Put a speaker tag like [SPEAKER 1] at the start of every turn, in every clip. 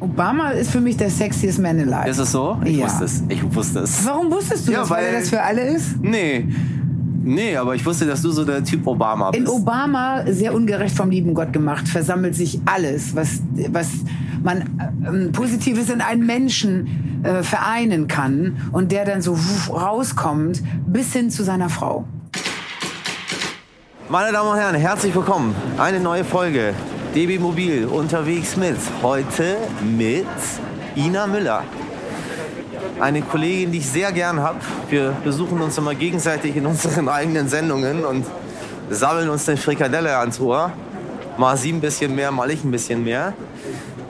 [SPEAKER 1] Obama ist für mich der sexiest man alive.
[SPEAKER 2] Ist es so? Ich
[SPEAKER 1] Ja.
[SPEAKER 2] wusste es. Ich wusste es.
[SPEAKER 1] Warum wusstest du
[SPEAKER 2] Ja,
[SPEAKER 1] das? Weil,
[SPEAKER 2] weil-
[SPEAKER 1] er das für alle ist?
[SPEAKER 2] Nee. Nee, aber ich wusste, dass du so der Typ Obama bist.
[SPEAKER 1] In Obama, sehr ungerecht vom lieben Gott gemacht, versammelt sich alles, was, was man ähm, Positives in einen Menschen äh, vereinen kann und der dann so wuff rauskommt bis hin zu seiner Frau.
[SPEAKER 2] Meine Damen und Herren, herzlich willkommen. Eine neue Folge. DB Mobil unterwegs mit. Heute mit Ina Müller. Eine Kollegin, die ich sehr gern habe. Wir besuchen uns immer gegenseitig in unseren eigenen Sendungen und sammeln uns eine Frikadelle ans Ohr. Mal sie ein bisschen mehr, mal ich ein bisschen mehr.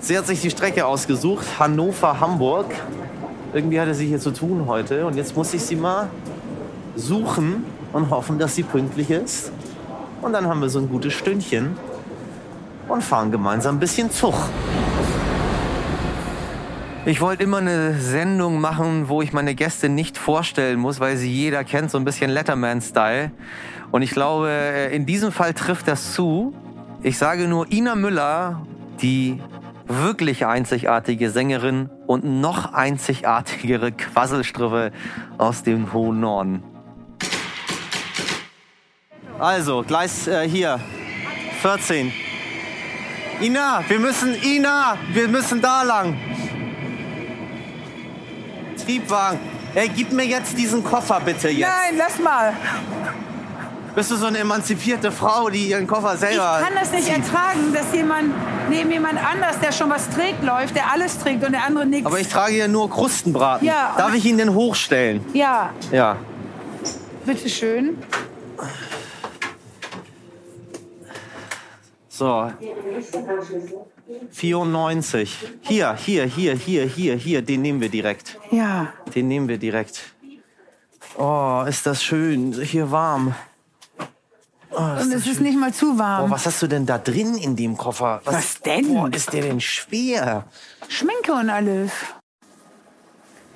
[SPEAKER 2] Sie hat sich die Strecke ausgesucht. Hannover, Hamburg. Irgendwie hatte sie hier zu tun heute und jetzt muss ich sie mal suchen und hoffen, dass sie pünktlich ist. Und dann haben wir so ein gutes Stündchen und fahren gemeinsam ein bisschen Zug. Ich wollte immer eine Sendung machen, wo ich meine Gäste nicht vorstellen muss, weil sie jeder kennt, so ein bisschen Letterman-Style. Und ich glaube, äh, in diesem Fall trifft das zu. Ich sage nur Ina Müller, die wirklich einzigartige Sängerin und noch einzigartigere Quasselstrippe aus dem hohen Norden. Also, Gleis äh, hier. 14. Ina, wir müssen, Ina, wir müssen da lang. Triebwagen. Ey, gib mir jetzt diesen Koffer bitte jetzt.
[SPEAKER 3] Nein, lass mal.
[SPEAKER 2] Bist du so eine emanzipierte Frau, die ihren Koffer
[SPEAKER 3] Ich
[SPEAKER 2] selber...
[SPEAKER 3] kann das nicht ertragen, dass jemand neben jemand anders, der schon was trägt, läuft, der alles trägt und der andere nichts.
[SPEAKER 2] aber ich trage hier nur Krustenbraten.
[SPEAKER 3] Ja,
[SPEAKER 2] Darf
[SPEAKER 3] aber-
[SPEAKER 2] ich ihn denn hochstellen?
[SPEAKER 3] Ja,
[SPEAKER 2] Ja.
[SPEAKER 3] bitteschön.
[SPEAKER 2] So. 94. Hier, hier, hier, hier, hier, hier. Den nehmen wir direkt.
[SPEAKER 3] Ja.
[SPEAKER 2] Den nehmen wir direkt. Oh, ist das schön. Hier warm.
[SPEAKER 1] Und es ist nicht mal zu
[SPEAKER 2] Oh,
[SPEAKER 1] warm.
[SPEAKER 2] was hast du denn da drin in dem Koffer?
[SPEAKER 1] Was denn?
[SPEAKER 2] Boah, ist der denn schwer?
[SPEAKER 1] Schminke und alles.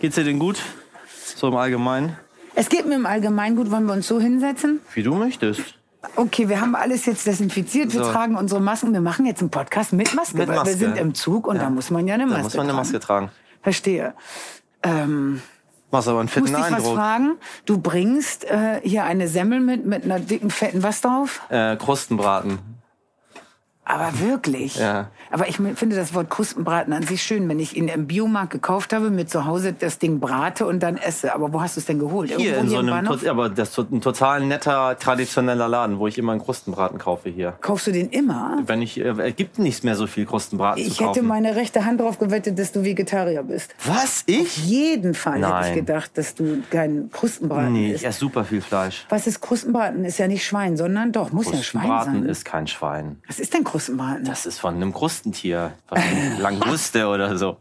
[SPEAKER 2] Geht's dir denn gut? So im Allgemeinen?
[SPEAKER 1] Es geht mir im Allgemeinen gut, wollen wir uns so hinsetzen?
[SPEAKER 2] Wie du möchtest.
[SPEAKER 1] Okay, wir haben alles jetzt desinfiziert, wir
[SPEAKER 2] So.
[SPEAKER 1] tragen unsere Masken, wir machen jetzt einen Podcast mit Maske,
[SPEAKER 2] Mit
[SPEAKER 1] weil
[SPEAKER 2] Maske.
[SPEAKER 1] wir sind im Zug und
[SPEAKER 2] Ja.
[SPEAKER 1] da muss man ja eine
[SPEAKER 2] Da
[SPEAKER 1] Maske
[SPEAKER 2] muss man eine
[SPEAKER 1] tragen.
[SPEAKER 2] Maske tragen.
[SPEAKER 1] Verstehe. Ähm,
[SPEAKER 2] Machst aber einen
[SPEAKER 1] muss
[SPEAKER 2] fitten
[SPEAKER 1] ich was
[SPEAKER 2] Eindruck.
[SPEAKER 1] fragen? Du bringst äh, hier eine Semmel mit, mit einer dicken, fetten was drauf?
[SPEAKER 2] Äh, Krustenbraten.
[SPEAKER 1] Aber wirklich?
[SPEAKER 2] Ja.
[SPEAKER 1] Aber ich finde das Wort Krustenbraten an sich schön, wenn ich ihn im Biomarkt gekauft habe, mir zu Hause das Ding brate und dann esse. Aber wo hast du es denn geholt?
[SPEAKER 2] Hier
[SPEAKER 1] Irgendwo
[SPEAKER 2] in so
[SPEAKER 1] im
[SPEAKER 2] einem,
[SPEAKER 1] Bahnhof?
[SPEAKER 2] tot, aber das ist ein total netter, traditioneller Laden, wo ich immer einen Krustenbraten kaufe hier.
[SPEAKER 1] Kaufst du den immer?
[SPEAKER 2] Wenn ich, äh, es gibt nicht mehr so viel Krustenbraten
[SPEAKER 1] Ich
[SPEAKER 2] zu kaufen.
[SPEAKER 1] hätte meine rechte Hand drauf gewettet, dass du Vegetarier bist.
[SPEAKER 2] was? Ich?
[SPEAKER 1] Jeden Fall hätte
[SPEAKER 2] Nein.
[SPEAKER 1] ich gedacht, dass du keinen Krustenbraten
[SPEAKER 2] Nee, ich
[SPEAKER 1] isst.
[SPEAKER 2] esse super viel Fleisch.
[SPEAKER 1] Was ist Krustenbraten? Ist ja nicht Schwein, sondern doch, muss ja Schwein
[SPEAKER 2] Krustenbraten
[SPEAKER 1] sein.
[SPEAKER 2] ist kein Schwein.
[SPEAKER 1] Was ist denn Krustenbraten?
[SPEAKER 2] Das ist von einem Krustentier. Wahrscheinlich Languste oder so.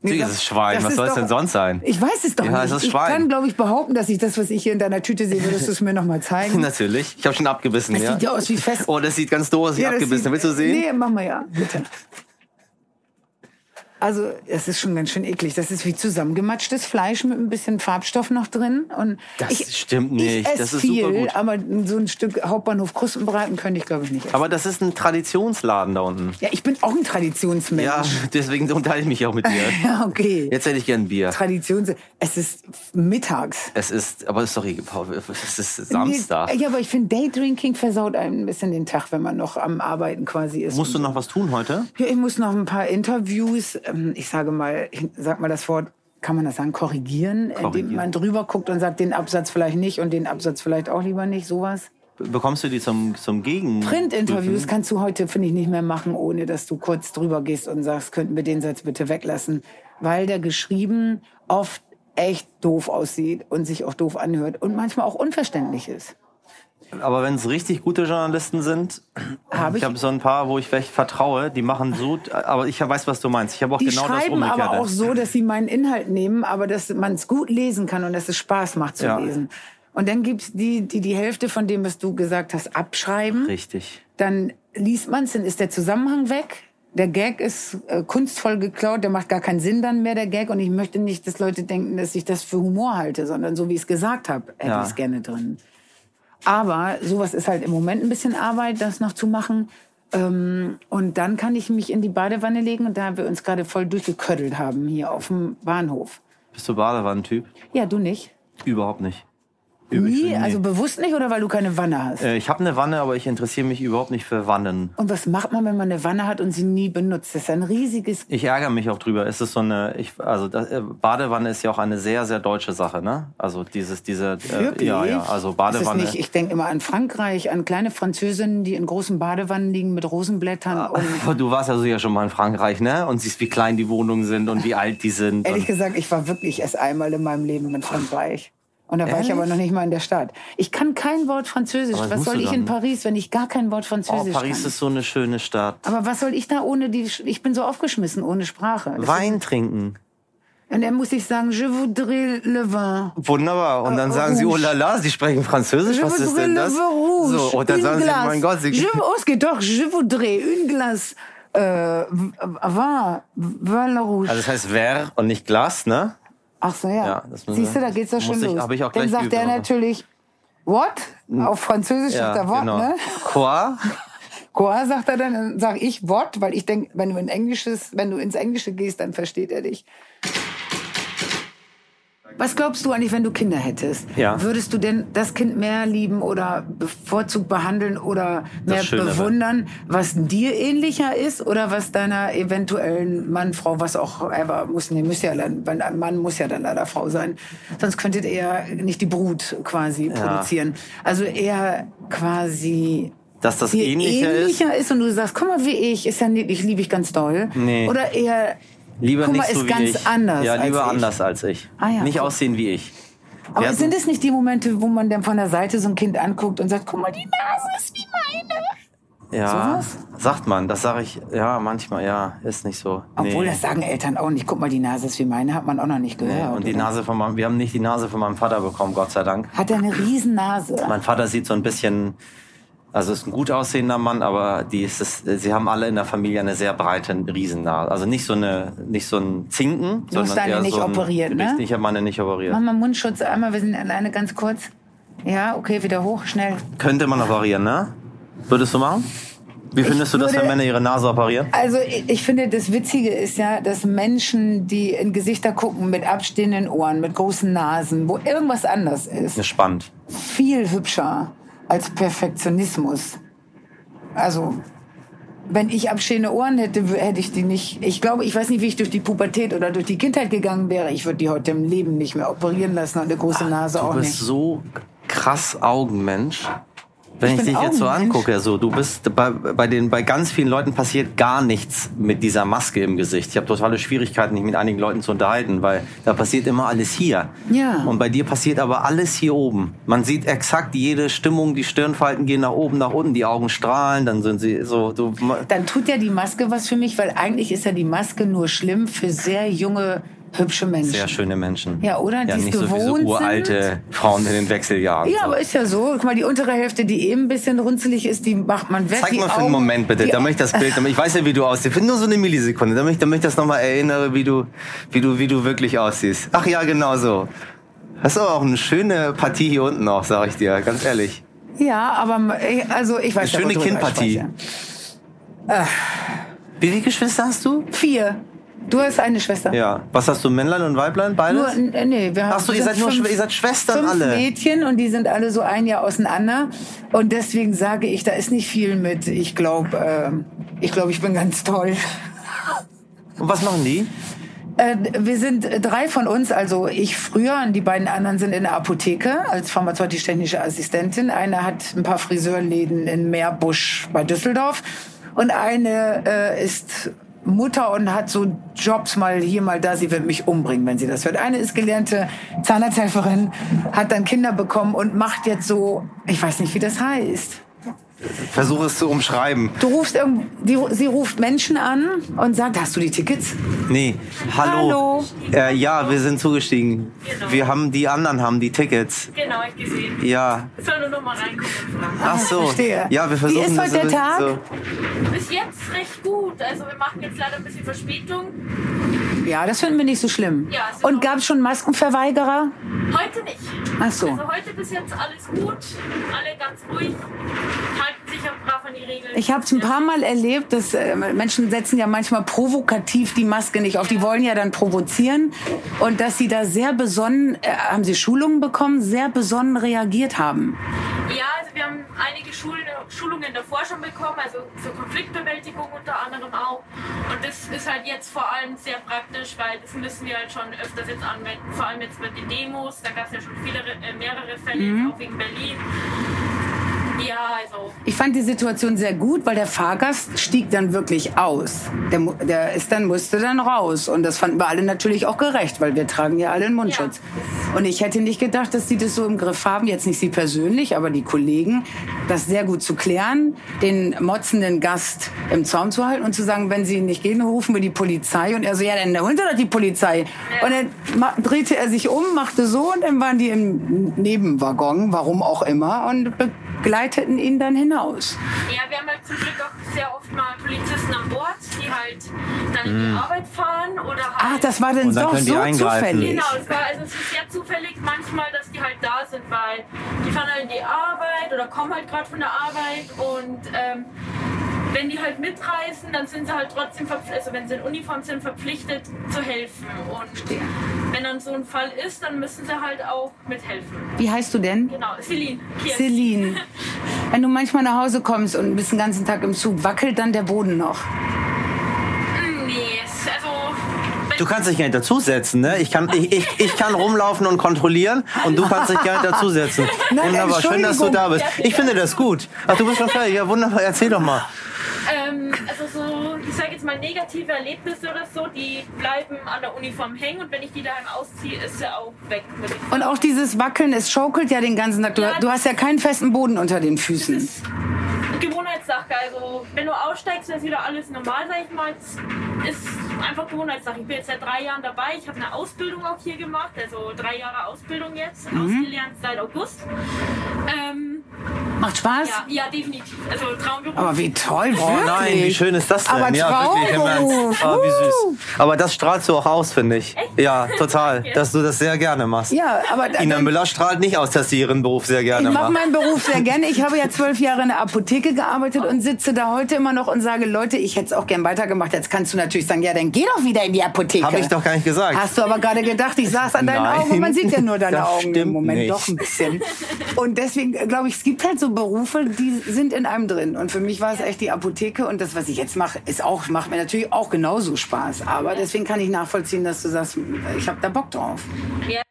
[SPEAKER 2] Natürlich
[SPEAKER 1] das-
[SPEAKER 2] ist es Schwein.
[SPEAKER 1] das
[SPEAKER 2] Was
[SPEAKER 1] ist
[SPEAKER 2] soll es
[SPEAKER 1] doch-
[SPEAKER 2] denn sonst sein?
[SPEAKER 1] Ich weiß es doch
[SPEAKER 2] Ja,
[SPEAKER 1] nicht.
[SPEAKER 2] es ist
[SPEAKER 1] ich
[SPEAKER 2] Schwein.
[SPEAKER 1] kann, glaube ich, behaupten, dass ich das, was ich hier in deiner Tüte sehe, würdest du es mir noch mal zeigen.
[SPEAKER 2] Natürlich. Ich habe schon abgebissen.
[SPEAKER 1] Das
[SPEAKER 2] ja.
[SPEAKER 1] sieht ja aus wie fest.
[SPEAKER 2] Oh, das sieht ganz doof
[SPEAKER 1] ja, das
[SPEAKER 2] abgebissen.
[SPEAKER 1] sieht-
[SPEAKER 2] Willst du sehen?
[SPEAKER 1] Nee, mach mal ja, bitte. Also, es ist schon ganz schön eklig. Das ist wie zusammengematschtes Fleisch mit ein bisschen Farbstoff noch drin. Und
[SPEAKER 2] Das
[SPEAKER 1] ich,
[SPEAKER 2] stimmt
[SPEAKER 1] Ich
[SPEAKER 2] nicht.
[SPEAKER 1] esse
[SPEAKER 2] Das ist
[SPEAKER 1] viel,
[SPEAKER 2] supergut.
[SPEAKER 1] aber so ein Stück Hauptbahnhof Krustenbraten könnte ich, glaube ich, nicht essen.
[SPEAKER 2] Aber das ist ein Traditionsladen da unten.
[SPEAKER 1] ja, ich bin auch ein Traditionsmensch.
[SPEAKER 2] Ja, deswegen unterhalte ich mich auch mit dir.
[SPEAKER 1] Ja, okay.
[SPEAKER 2] Jetzt hätte ich gern Bier.
[SPEAKER 1] Traditions... Es ist mittags.
[SPEAKER 2] Es ist, aber sorry, Paul, es ist Samstag.
[SPEAKER 1] Nee, Ja, aber ich finde, Daydrinking versaut einem ein bisschen den Tag, wenn man noch am Arbeiten quasi ist.
[SPEAKER 2] Musst du noch was tun heute?
[SPEAKER 1] ja, ich muss noch ein paar Interviews, ähm, ich sage mal, ich sag mal das Wort, kann man das sagen, korrigieren, indem
[SPEAKER 2] Korrigieren.
[SPEAKER 1] man drüber guckt und sagt, den Absatz vielleicht nicht und den Absatz vielleicht auch lieber nicht, sowas.
[SPEAKER 2] Be- Bekommst du die zum, zum Gegen?
[SPEAKER 1] Printinterviews kannst du heute, finde ich, nicht mehr machen, ohne dass du kurz drüber gehst und sagst, könnten wir den Satz bitte weglassen, weil der geschrieben oft echt doof aussieht und sich auch doof anhört und manchmal auch unverständlich ist.
[SPEAKER 2] Aber wenn es richtig gute Journalisten sind,
[SPEAKER 1] Hab
[SPEAKER 2] ich
[SPEAKER 1] ich-
[SPEAKER 2] habe so ein paar, wo ich vielleicht vertraue, die machen so, aber ich weiß, was du meinst. Ich habe auch
[SPEAKER 1] Die
[SPEAKER 2] genau das
[SPEAKER 1] schreiben
[SPEAKER 2] Umgekehrte.
[SPEAKER 1] aber auch so, dass sie meinen Inhalt nehmen, aber dass man es gut lesen kann und dass es Spaß macht zu
[SPEAKER 2] Ja.
[SPEAKER 1] lesen. Und dann gibt's die, die die Hälfte von dem, was du gesagt hast, abschreiben.
[SPEAKER 2] Richtig.
[SPEAKER 1] Dann liest man's, dann ist der Zusammenhang weg. Der Gag ist äh, kunstvoll geklaut, der macht gar keinen Sinn dann mehr, der Gag. Und ich möchte nicht, dass Leute denken, dass ich das für Humor halte, sondern so wie ich es gesagt habe, hätte
[SPEAKER 2] Ja.
[SPEAKER 1] ich's gerne drin. Aber sowas ist halt im Moment ein bisschen Arbeit, das noch zu machen. Ähm, und dann kann ich mich in die Badewanne legen und da wir uns gerade voll durchgeködelt haben hier auf dem Bahnhof.
[SPEAKER 2] Bist du Badewannentyp?
[SPEAKER 1] Ja, du nicht?
[SPEAKER 2] Überhaupt nicht.
[SPEAKER 1] Nie?
[SPEAKER 2] nee.
[SPEAKER 1] Also bewusst nicht oder weil du keine Wanne hast?
[SPEAKER 2] Äh, ich habe eine Wanne, aber ich interessiere mich überhaupt nicht für Wannen.
[SPEAKER 1] Und was macht man, wenn man eine Wanne hat und sie nie benutzt? Das ist ein riesiges.
[SPEAKER 2] Ich ärgere mich auch drüber. Es ist so eine, ich, also das, äh, Badewanne ist ja auch eine sehr, sehr deutsche Sache, ne? Also dieses, diese, äh,
[SPEAKER 1] Wirklich?
[SPEAKER 2] ja, ja, also Badewanne.
[SPEAKER 1] Ist es nicht, ich denke immer an Frankreich, an kleine Französinnen, die in großen Badewannen liegen mit Rosenblättern.
[SPEAKER 2] Ah.
[SPEAKER 1] Und
[SPEAKER 2] Du warst also ja schon mal in Frankreich, ne? Und siehst, wie klein die Wohnungen sind und wie alt die sind.
[SPEAKER 1] ehrlich
[SPEAKER 2] und,
[SPEAKER 1] gesagt, ich war wirklich erst einmal in meinem Leben in Frankreich. Und da war
[SPEAKER 2] Ehrlich?
[SPEAKER 1] ich aber noch nicht mal in der Stadt. Ich kann kein Wort Französisch.
[SPEAKER 2] Aber das
[SPEAKER 1] Was
[SPEAKER 2] musst
[SPEAKER 1] soll
[SPEAKER 2] du
[SPEAKER 1] ich
[SPEAKER 2] doch,
[SPEAKER 1] in
[SPEAKER 2] ne?
[SPEAKER 1] Paris, wenn ich gar kein Wort
[SPEAKER 2] oh,
[SPEAKER 1] Französisch
[SPEAKER 2] Paris
[SPEAKER 1] kann?
[SPEAKER 2] ist so eine schöne Stadt.
[SPEAKER 1] aber was soll ich da ohne die? Ich bin so aufgeschmissen ohne Sprache. Das
[SPEAKER 2] Wein trinken.
[SPEAKER 1] Ist, und dann muss ich sagen, je voudrais le vin.
[SPEAKER 2] Wunderbar. Und dann
[SPEAKER 1] Äh,
[SPEAKER 2] sagen sie, oh
[SPEAKER 1] Rouge.
[SPEAKER 2] la la, sie sprechen Französisch.
[SPEAKER 1] Je
[SPEAKER 2] Was ist
[SPEAKER 1] voudrais
[SPEAKER 2] denn
[SPEAKER 1] le
[SPEAKER 2] das?
[SPEAKER 1] vin rouge,
[SPEAKER 2] So, und dann
[SPEAKER 1] une
[SPEAKER 2] sagen
[SPEAKER 1] glace.
[SPEAKER 2] sie, mein Gott, sie
[SPEAKER 1] Je, oh, es geht doch. Je voudrais une glace äh, v- vin, vin le rouge. Ah,
[SPEAKER 2] Also das heißt wer und nicht Glas, ne?
[SPEAKER 1] Ach so, ja.
[SPEAKER 2] Ja, das müssen
[SPEAKER 1] Siehst du,
[SPEAKER 2] wir-
[SPEAKER 1] da geht's ja
[SPEAKER 2] muss
[SPEAKER 1] schon
[SPEAKER 2] ich-
[SPEAKER 1] los.
[SPEAKER 2] hab ich auch
[SPEAKER 1] Dann
[SPEAKER 2] gleich
[SPEAKER 1] sagt
[SPEAKER 2] geübt,
[SPEAKER 1] der
[SPEAKER 2] aber-
[SPEAKER 1] natürlich, what? Auf Französisch sagt er what,
[SPEAKER 2] genau.
[SPEAKER 1] ne?
[SPEAKER 2] Quoi?
[SPEAKER 1] Quoi sagt er dann, dann sag ich what, weil ich denke, wenn du in Englisches, wenn du ins Englische gehst, dann versteht er dich. Was glaubst du eigentlich, wenn du Kinder hättest?
[SPEAKER 2] Ja.
[SPEAKER 1] Würdest du denn das Kind mehr lieben oder bevorzugt behandeln oder mehr
[SPEAKER 2] Das Schönere.
[SPEAKER 1] bewundern, was dir ähnlicher ist oder was deiner eventuellen Mann, Frau, was auch ever muss, nee, muss ja, dann- weil ein Mann muss ja dann leider Frau sein. Sonst könntet ihr ja nicht die Brut quasi produzieren. Also eher quasi
[SPEAKER 2] Dass das
[SPEAKER 1] dir
[SPEAKER 2] ähnlicher ist?
[SPEAKER 1] ähnlicher ist. und du sagst, guck mal, wie ich, ist ja niedlich, liebe ich ganz doll.
[SPEAKER 2] Nee.
[SPEAKER 1] Oder eher,
[SPEAKER 2] Lieber
[SPEAKER 1] guck mal,
[SPEAKER 2] nicht so
[SPEAKER 1] ist
[SPEAKER 2] wie
[SPEAKER 1] ganz
[SPEAKER 2] ich.
[SPEAKER 1] anders.
[SPEAKER 2] Ja, lieber
[SPEAKER 1] als ich.
[SPEAKER 2] anders als ich.
[SPEAKER 1] Ah, ja,
[SPEAKER 2] Nicht
[SPEAKER 1] guck.
[SPEAKER 2] aussehen wie ich.
[SPEAKER 1] Aber
[SPEAKER 2] hatten-
[SPEAKER 1] sind es nicht die Momente, wo man dann von der Seite so ein Kind anguckt und sagt, guck mal, die Nase ist wie meine?
[SPEAKER 2] Ja,
[SPEAKER 1] Sowas?
[SPEAKER 2] sagt man. Das sage ich, ja, manchmal, ja. Ist nicht so.
[SPEAKER 1] Obwohl,
[SPEAKER 2] Nee.
[SPEAKER 1] das sagen Eltern auch nicht. Guck mal, die Nase ist wie meine, hat man auch noch nicht gehört.
[SPEAKER 2] Nee, und die
[SPEAKER 1] oder?
[SPEAKER 2] Nase von meinem, wir haben nicht die Nase von meinem Vater bekommen, Gott sei Dank.
[SPEAKER 1] Hat er eine riesen Nase.
[SPEAKER 2] Mein Vater sieht so ein bisschen, also ist ein gut aussehender Mann, aber die ist es, sie haben alle in der Familie eine sehr breite Riesennase. Also nicht so eine, nicht so ein Zinken,
[SPEAKER 1] Du hast
[SPEAKER 2] sondern
[SPEAKER 1] deine
[SPEAKER 2] eher
[SPEAKER 1] nicht
[SPEAKER 2] so ein,
[SPEAKER 1] operiert, ne?
[SPEAKER 2] Richtig, Ich habe meine nicht operiert.
[SPEAKER 1] Mach mal Mundschutz einmal, wir sind alleine ganz kurz. Ja, okay, wieder hoch, schnell.
[SPEAKER 2] Könnte man operieren, ne? Würdest du machen? Wie findest du das, wenn
[SPEAKER 1] würde-
[SPEAKER 2] Männer ihre Nase operieren?
[SPEAKER 1] Also ich ich finde, das Witzige ist ja, dass Menschen, die in Gesichter gucken mit abstehenden Ohren, mit großen Nasen, wo irgendwas anders ist,
[SPEAKER 2] Das ist spannend.
[SPEAKER 1] viel hübscher als Perfektionismus. Also wenn ich abstehende Ohren hätte, w- hätte ich die nicht. Ich glaube, ich weiß nicht, wie ich durch die Pubertät oder durch die Kindheit gegangen wäre. Ich würde die heute im Leben nicht mehr operieren lassen und eine große Nase
[SPEAKER 2] Ah, Du
[SPEAKER 1] auch
[SPEAKER 2] bist
[SPEAKER 1] nicht.
[SPEAKER 2] so krass Augenmensch. Wenn ich,
[SPEAKER 1] bin
[SPEAKER 2] dich jetzt so
[SPEAKER 1] Augenmensch.
[SPEAKER 2] angucke, so du bist bei, bei den bei ganz vielen Leuten passiert gar nichts mit dieser Maske im Gesicht. Ich habe totale Schwierigkeiten, mich mit einigen Leuten zu unterhalten, weil da passiert immer alles hier.
[SPEAKER 1] Ja.
[SPEAKER 2] Und bei dir passiert aber alles hier oben. Man sieht exakt jede Stimmung, die Stirnfalten gehen nach oben, nach unten, die Augen strahlen, dann sind sie so. Du,
[SPEAKER 1] Dann tut ja die Maske was für mich, weil eigentlich ist ja die Maske nur schlimm für sehr junge, hübsche Menschen.
[SPEAKER 2] sehr schöne Menschen.
[SPEAKER 1] Ja, oder?
[SPEAKER 2] Ja,
[SPEAKER 1] Die's
[SPEAKER 2] nicht so wie so
[SPEAKER 1] gewohnt sind.
[SPEAKER 2] uralte Frauen in den Wechseljahren.
[SPEAKER 1] Ja,
[SPEAKER 2] so.
[SPEAKER 1] aber ist ja so. Guck mal, die untere Hälfte, die eben ein bisschen runzelig ist, die macht man weg.
[SPEAKER 2] Zeig
[SPEAKER 1] die
[SPEAKER 2] mal für einen
[SPEAKER 1] Augen-
[SPEAKER 2] Moment bitte,
[SPEAKER 1] die-
[SPEAKER 2] damit ich das Bild, damit ich weiß ja, wie du aussiehst. Nur so eine Millisekunde, damit ich, damit ich das nochmal erinnere, wie du, wie du, wie du wirklich aussiehst. Ach ja, genau so. Hast aber auch eine schöne Partie hier unten auch, sag ich dir, ganz ehrlich.
[SPEAKER 1] Ja, aber äh, also ich weiß ja,
[SPEAKER 2] Eine schöne
[SPEAKER 1] worüber ich
[SPEAKER 2] Kinnpartie.
[SPEAKER 1] spreche.
[SPEAKER 2] Wie viele Geschwister hast du?
[SPEAKER 1] Vier. Du hast eine Schwester.
[SPEAKER 2] Ja. Was hast du, Männlein und Weiblein,
[SPEAKER 1] Nur,
[SPEAKER 2] beides?
[SPEAKER 1] äh, nee, wir haben
[SPEAKER 2] Ach so, ihr
[SPEAKER 1] wir
[SPEAKER 2] seid
[SPEAKER 1] sind
[SPEAKER 2] nur,
[SPEAKER 1] fünf-
[SPEAKER 2] Schw- ihr seid Schwestern
[SPEAKER 1] fünf
[SPEAKER 2] alle.
[SPEAKER 1] Mädchen und die sind alle so ein Jahr auseinander. Und deswegen sage ich, da ist nicht viel mit. Ich glaube, äh, ich, glaube, ich bin ganz toll.
[SPEAKER 2] Und was machen die?
[SPEAKER 1] Äh, wir sind äh, drei von uns, also ich früher und die beiden anderen sind in der Apotheke als pharmazeutisch-technische Assistentin. Eine hat ein paar Friseurläden in Meerbusch bei Düsseldorf und eine äh, ist Mutter und hat so Jobs mal hier, mal da. Sie wird mich umbringen, wenn sie das hört. Eine ist gelernte Zahnarzthelferin, hat dann Kinder bekommen und macht jetzt so, ich weiß nicht, wie das heißt.
[SPEAKER 2] Versuche es zu umschreiben.
[SPEAKER 1] Du rufst irgend, die, sie ruft Menschen an und sagt, hast du die Tickets?
[SPEAKER 2] Nee, hallo.
[SPEAKER 1] Hallo.
[SPEAKER 2] Äh, ja, wir sind zugestiegen. Wir haben, die anderen haben die Tickets.
[SPEAKER 4] Genau, hab ich gesehen.
[SPEAKER 2] Ja.
[SPEAKER 4] Ich soll nur noch mal reingucken und fragen.
[SPEAKER 2] Ach so.
[SPEAKER 1] Ah, verstehe.
[SPEAKER 2] Ja, wir
[SPEAKER 1] Wie
[SPEAKER 2] versuchen
[SPEAKER 1] ist
[SPEAKER 2] das
[SPEAKER 1] heute der
[SPEAKER 2] so-
[SPEAKER 1] Tag?
[SPEAKER 2] So.
[SPEAKER 4] Bis jetzt recht gut. Also wir machen jetzt leider ein bisschen Verspätung.
[SPEAKER 1] Ja, das finden wir nicht so schlimm.
[SPEAKER 4] Ja, ist
[SPEAKER 1] Und
[SPEAKER 4] überhaupt-
[SPEAKER 1] gab es schon Maskenverweigerer?
[SPEAKER 4] Heute nicht.
[SPEAKER 1] Ach so.
[SPEAKER 4] Also heute bis jetzt alles gut, alle ganz ruhig, halten sich auch brav an die Regeln.
[SPEAKER 1] Ich habe es ein paar Mal erlebt, dass äh, Menschen setzen ja manchmal provokativ die Maske nicht auf. Die wollen ja dann provozieren. Und dass sie da sehr besonnen, äh, haben sie Schulungen bekommen, sehr besonnen reagiert haben.
[SPEAKER 4] Ja, also wir haben einige Schulen, Schulungen davor schon bekommen, also zur Konfliktbewältigung unter anderem auch. Und das ist halt jetzt vor allem sehr praktisch, weil das müssen wir halt schon öfters jetzt anwenden, vor allem jetzt mit den Demos. Da gab es ja schon viele, äh, mehrere Fälle,
[SPEAKER 1] Mhm.
[SPEAKER 4] jetzt auch wegen Berlin. Ja, also
[SPEAKER 1] Ich fand die Situation sehr gut, weil der Fahrgast stieg dann wirklich aus. Der, mu- der ist dann, musste dann raus. Und das fanden wir alle natürlich auch gerecht, weil wir tragen ja alle einen Mundschutz. Und ich hätte nicht gedacht, dass die das so im Griff haben, jetzt nicht sie persönlich, aber die Kollegen, das sehr gut zu klären, den motzenden Gast im Zaum zu halten und zu sagen, wenn sie nicht gehen, rufen wir die Polizei. Und er so, ja, dann holen sie doch die Polizei. Und dann ma- drehte er sich um, machte so und dann waren die im Nebenwaggon, warum auch immer, und begleiteten ihn dann hinaus.
[SPEAKER 4] Ja, wir haben halt zum Glück auch sehr oft mal Polizisten an Bord, die halt dann in die Arbeit fahren oder halt.
[SPEAKER 1] Ach, Ah, das war dann
[SPEAKER 2] Und dann
[SPEAKER 1] doch
[SPEAKER 2] können die
[SPEAKER 1] so
[SPEAKER 2] eingreifen.
[SPEAKER 1] zufällig.
[SPEAKER 4] Genau, es war, also es ist sehr zufällig manchmal, dass die halt da sind, weil die fahren halt in die Arbeit oder kommen halt gerade von der Arbeit und ähm, wenn die halt mitreisen, dann sind sie halt trotzdem verpflichtet, also wenn sie in Uniform sind, verpflichtet zu helfen. Und wenn dann so ein Fall ist, dann müssen sie halt auch mithelfen.
[SPEAKER 1] Wie heißt du denn?
[SPEAKER 4] Genau, Celine. Hier.
[SPEAKER 1] Celine. Wenn du manchmal nach Hause kommst und bist den ganzen Tag im Zug, wackelt dann der Boden noch.
[SPEAKER 4] Hm, Nee, es- also. wenn-
[SPEAKER 2] Du kannst dich gar nicht dazusetzen, ne? Ich kann, ich, ich, ich kann rumlaufen und kontrollieren und du kannst dich gar nicht dazusetzen.
[SPEAKER 1] Nein,
[SPEAKER 2] Wunderbar, schön, dass du da bist.
[SPEAKER 4] Entschuldigung.
[SPEAKER 2] Ich finde das gut. Ach, du bist schon fertig. Ja, wunderbar, erzähl doch mal.
[SPEAKER 4] Ähm, also so, ich sage jetzt mal negative Erlebnisse oder so, die bleiben an der Uniform hängen und wenn ich die daheim ausziehe, ist sie auch weg. Mit dem
[SPEAKER 1] Und auch dieses Wackeln, es schaukelt ja den ganzen Tag. Du,
[SPEAKER 4] Ja.
[SPEAKER 1] du hast ja keinen festen Boden unter den Füßen.
[SPEAKER 4] Gewohnheitssache. Also wenn du aussteigst, ist wieder alles normal, sag ich mal. Es ist einfach Gewohnheitssache. Ich bin jetzt seit drei Jahren dabei. Ich habe eine Ausbildung auch hier gemacht, also drei Jahre Ausbildung jetzt,
[SPEAKER 1] Mhm.
[SPEAKER 4] ausgelernt seit August. Ähm,
[SPEAKER 1] Macht Spaß?
[SPEAKER 4] ja, ja, definitiv. Also Traumberuf.
[SPEAKER 1] Aber wie toll,
[SPEAKER 2] Oh
[SPEAKER 1] wirklich.
[SPEAKER 2] nein, wie schön ist das denn?
[SPEAKER 1] Aber
[SPEAKER 2] wirklich, im Ernst.
[SPEAKER 1] Traumberuf.
[SPEAKER 2] Ah, wie süß. Aber das strahlst du auch aus, finde ich. Ja, total.
[SPEAKER 4] Danke.
[SPEAKER 2] Dass du das sehr gerne machst.
[SPEAKER 1] Ja, aber
[SPEAKER 2] Ina Müller strahlt nicht aus, dass sie ihren Beruf sehr gerne
[SPEAKER 1] Ich mache
[SPEAKER 2] macht.
[SPEAKER 1] meinen Beruf sehr gerne. Ich habe ja zwölf Jahre in der Apotheke gearbeitet und sitze da heute immer noch und sage, Leute, ich hätte es auch gern weitergemacht. Jetzt kannst du natürlich sagen, ja, dann geh doch wieder in die Apotheke.
[SPEAKER 2] Habe ich doch gar nicht gesagt.
[SPEAKER 1] Hast du aber gerade gedacht, ich saß an deinen
[SPEAKER 2] Nein,
[SPEAKER 1] Augen und man sieht ja nur deine
[SPEAKER 2] das
[SPEAKER 1] Augen im
[SPEAKER 2] stimmt
[SPEAKER 1] Moment
[SPEAKER 2] nicht.
[SPEAKER 1] doch ein bisschen. Und deswegen glaube ich, es gibt halt so Berufe, die sind in einem drin. Und für mich war es echt die Apotheke und das, was ich jetzt mache, ist auch, macht mir natürlich auch genauso Spaß. Aber deswegen kann ich nachvollziehen, dass du sagst, ich habe da Bock drauf.
[SPEAKER 4] Ja.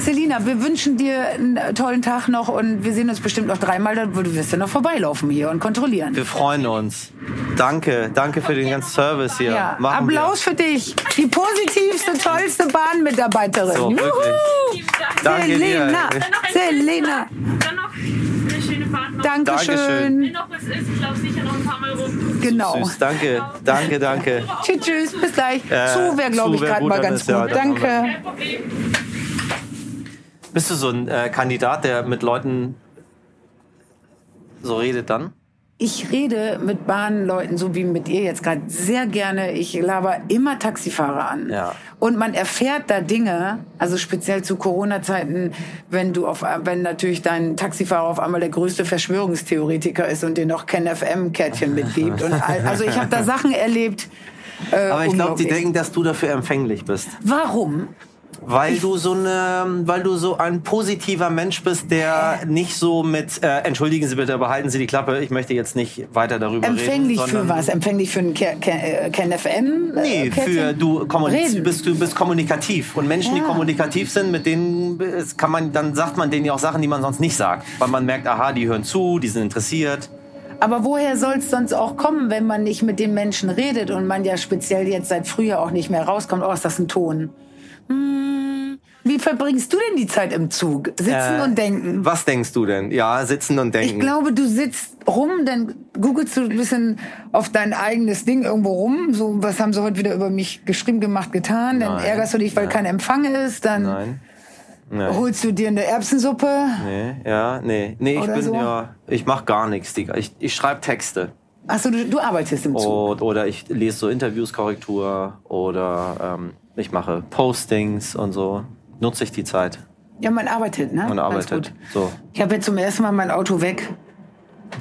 [SPEAKER 1] Selina, wir wünschen dir einen tollen Tag noch und wir sehen uns bestimmt noch dreimal. Dann du wirst ja noch vorbeilaufen hier und kontrollieren.
[SPEAKER 2] Wir freuen uns. Danke, danke für den ganzen Service hier.
[SPEAKER 1] Ja,
[SPEAKER 2] Machen
[SPEAKER 1] Applaus für dich. Die positivste, tollste Bahnmitarbeiterin.
[SPEAKER 2] wir. So,
[SPEAKER 1] Juhu.
[SPEAKER 2] wirklich.
[SPEAKER 4] Vielen Dank.
[SPEAKER 2] Danke dir.
[SPEAKER 1] Selena.
[SPEAKER 4] Dann noch einen schönen
[SPEAKER 1] Selena.
[SPEAKER 4] Tag. Dann noch eine schöne Fahrt noch.
[SPEAKER 1] Dankeschön.
[SPEAKER 2] Dankeschön.
[SPEAKER 4] Wenn noch was ist, ich laufe sicher noch ein paar Mal rum.
[SPEAKER 1] Genau.
[SPEAKER 2] Süß, danke, danke, danke.
[SPEAKER 1] Tschüss, tschüss, bis gleich.
[SPEAKER 2] Äh,
[SPEAKER 1] zu wäre, glaube
[SPEAKER 2] zu
[SPEAKER 1] ich,
[SPEAKER 2] wär
[SPEAKER 1] gerade
[SPEAKER 2] gut,
[SPEAKER 1] mal
[SPEAKER 2] dann
[SPEAKER 1] ganz
[SPEAKER 2] ist
[SPEAKER 1] gut.
[SPEAKER 2] ja- dann haben wir-
[SPEAKER 1] Danke.
[SPEAKER 4] Kein Problem.
[SPEAKER 2] Bist du so ein äh, Kandidat, der mit Leuten so redet dann?
[SPEAKER 1] Ich rede mit Bahnleuten, so wie mit ihr jetzt gerade, sehr gerne. Ich laber immer Taxifahrer an.
[SPEAKER 2] Ja.
[SPEAKER 1] Und man erfährt da Dinge, also speziell zu Corona-Zeiten, wenn du auf, wenn natürlich dein Taxifahrer auf einmal der größte Verschwörungstheoretiker ist und dir noch KenFM-Kärtchen mitgibt. Und all, also ich habe da Sachen erlebt. Äh,
[SPEAKER 2] Aber ich glaube, die
[SPEAKER 1] unglaublich.
[SPEAKER 2] denken, dass du dafür empfänglich bist.
[SPEAKER 1] Warum?
[SPEAKER 2] Weil du so eine, weil du so ein positiver Mensch bist, der nicht so mit äh, entschuldigen Sie bitte, behalten Sie die Klappe, ich möchte jetzt nicht weiter darüber
[SPEAKER 1] Empfänglich
[SPEAKER 2] reden.
[SPEAKER 1] für
[SPEAKER 2] sondern-
[SPEAKER 1] was? Empfänglich für ein Ke- Ke- äh, KenFM? äh,
[SPEAKER 2] Nee,
[SPEAKER 1] Kärtchen?
[SPEAKER 2] für du, kommuniz-
[SPEAKER 1] Reden.
[SPEAKER 2] bist, du bist kommunikativ. Und Menschen, die
[SPEAKER 1] Ja.
[SPEAKER 2] kommunikativ sind, mit denen es kann man, dann sagt man denen ja auch Sachen, die man sonst nicht sagt. Weil man merkt, aha, die hören zu, die sind interessiert.
[SPEAKER 1] Aber woher soll's sonst auch kommen, wenn man nicht mit den Menschen redet und man ja speziell jetzt seit Frühjahr auch nicht mehr rauskommt? Oh, ist das ein Ton? Hm, wie verbringst du denn die Zeit im Zug? Sitzen
[SPEAKER 2] Äh,
[SPEAKER 1] und denken.
[SPEAKER 2] Was denkst du denn? Ja, sitzen und denken.
[SPEAKER 1] Ich glaube, du sitzt rum, dann googelst du ein bisschen auf dein eigenes Ding irgendwo rum. So, was haben sie heute wieder über mich geschrieben, gemacht, getan? Dann
[SPEAKER 2] Nein,
[SPEAKER 1] ärgerst du dich, weil
[SPEAKER 2] nein.
[SPEAKER 1] kein Empfang ist. Dann
[SPEAKER 2] Nein. Nein.
[SPEAKER 1] holst du dir eine Erbsensuppe.
[SPEAKER 2] Nee, ja, nee. Nee, ich
[SPEAKER 1] Oder
[SPEAKER 2] bin
[SPEAKER 1] so?
[SPEAKER 2] ja. Ich mach gar nichts, Digga. Ich, ich schreibe Texte.
[SPEAKER 1] Achso, du, du arbeitest
[SPEAKER 2] Oh.
[SPEAKER 1] im Zug.
[SPEAKER 2] Und, oder ich lese so Interviews, Korrektur oder ähm, ich mache Postings und so. Nutze ich die Zeit
[SPEAKER 1] Ja, man arbeitet, ne?
[SPEAKER 2] und
[SPEAKER 1] Ganz gut.
[SPEAKER 2] arbeitet. So.
[SPEAKER 1] Ich habe jetzt zum ersten Mal mein Auto weg.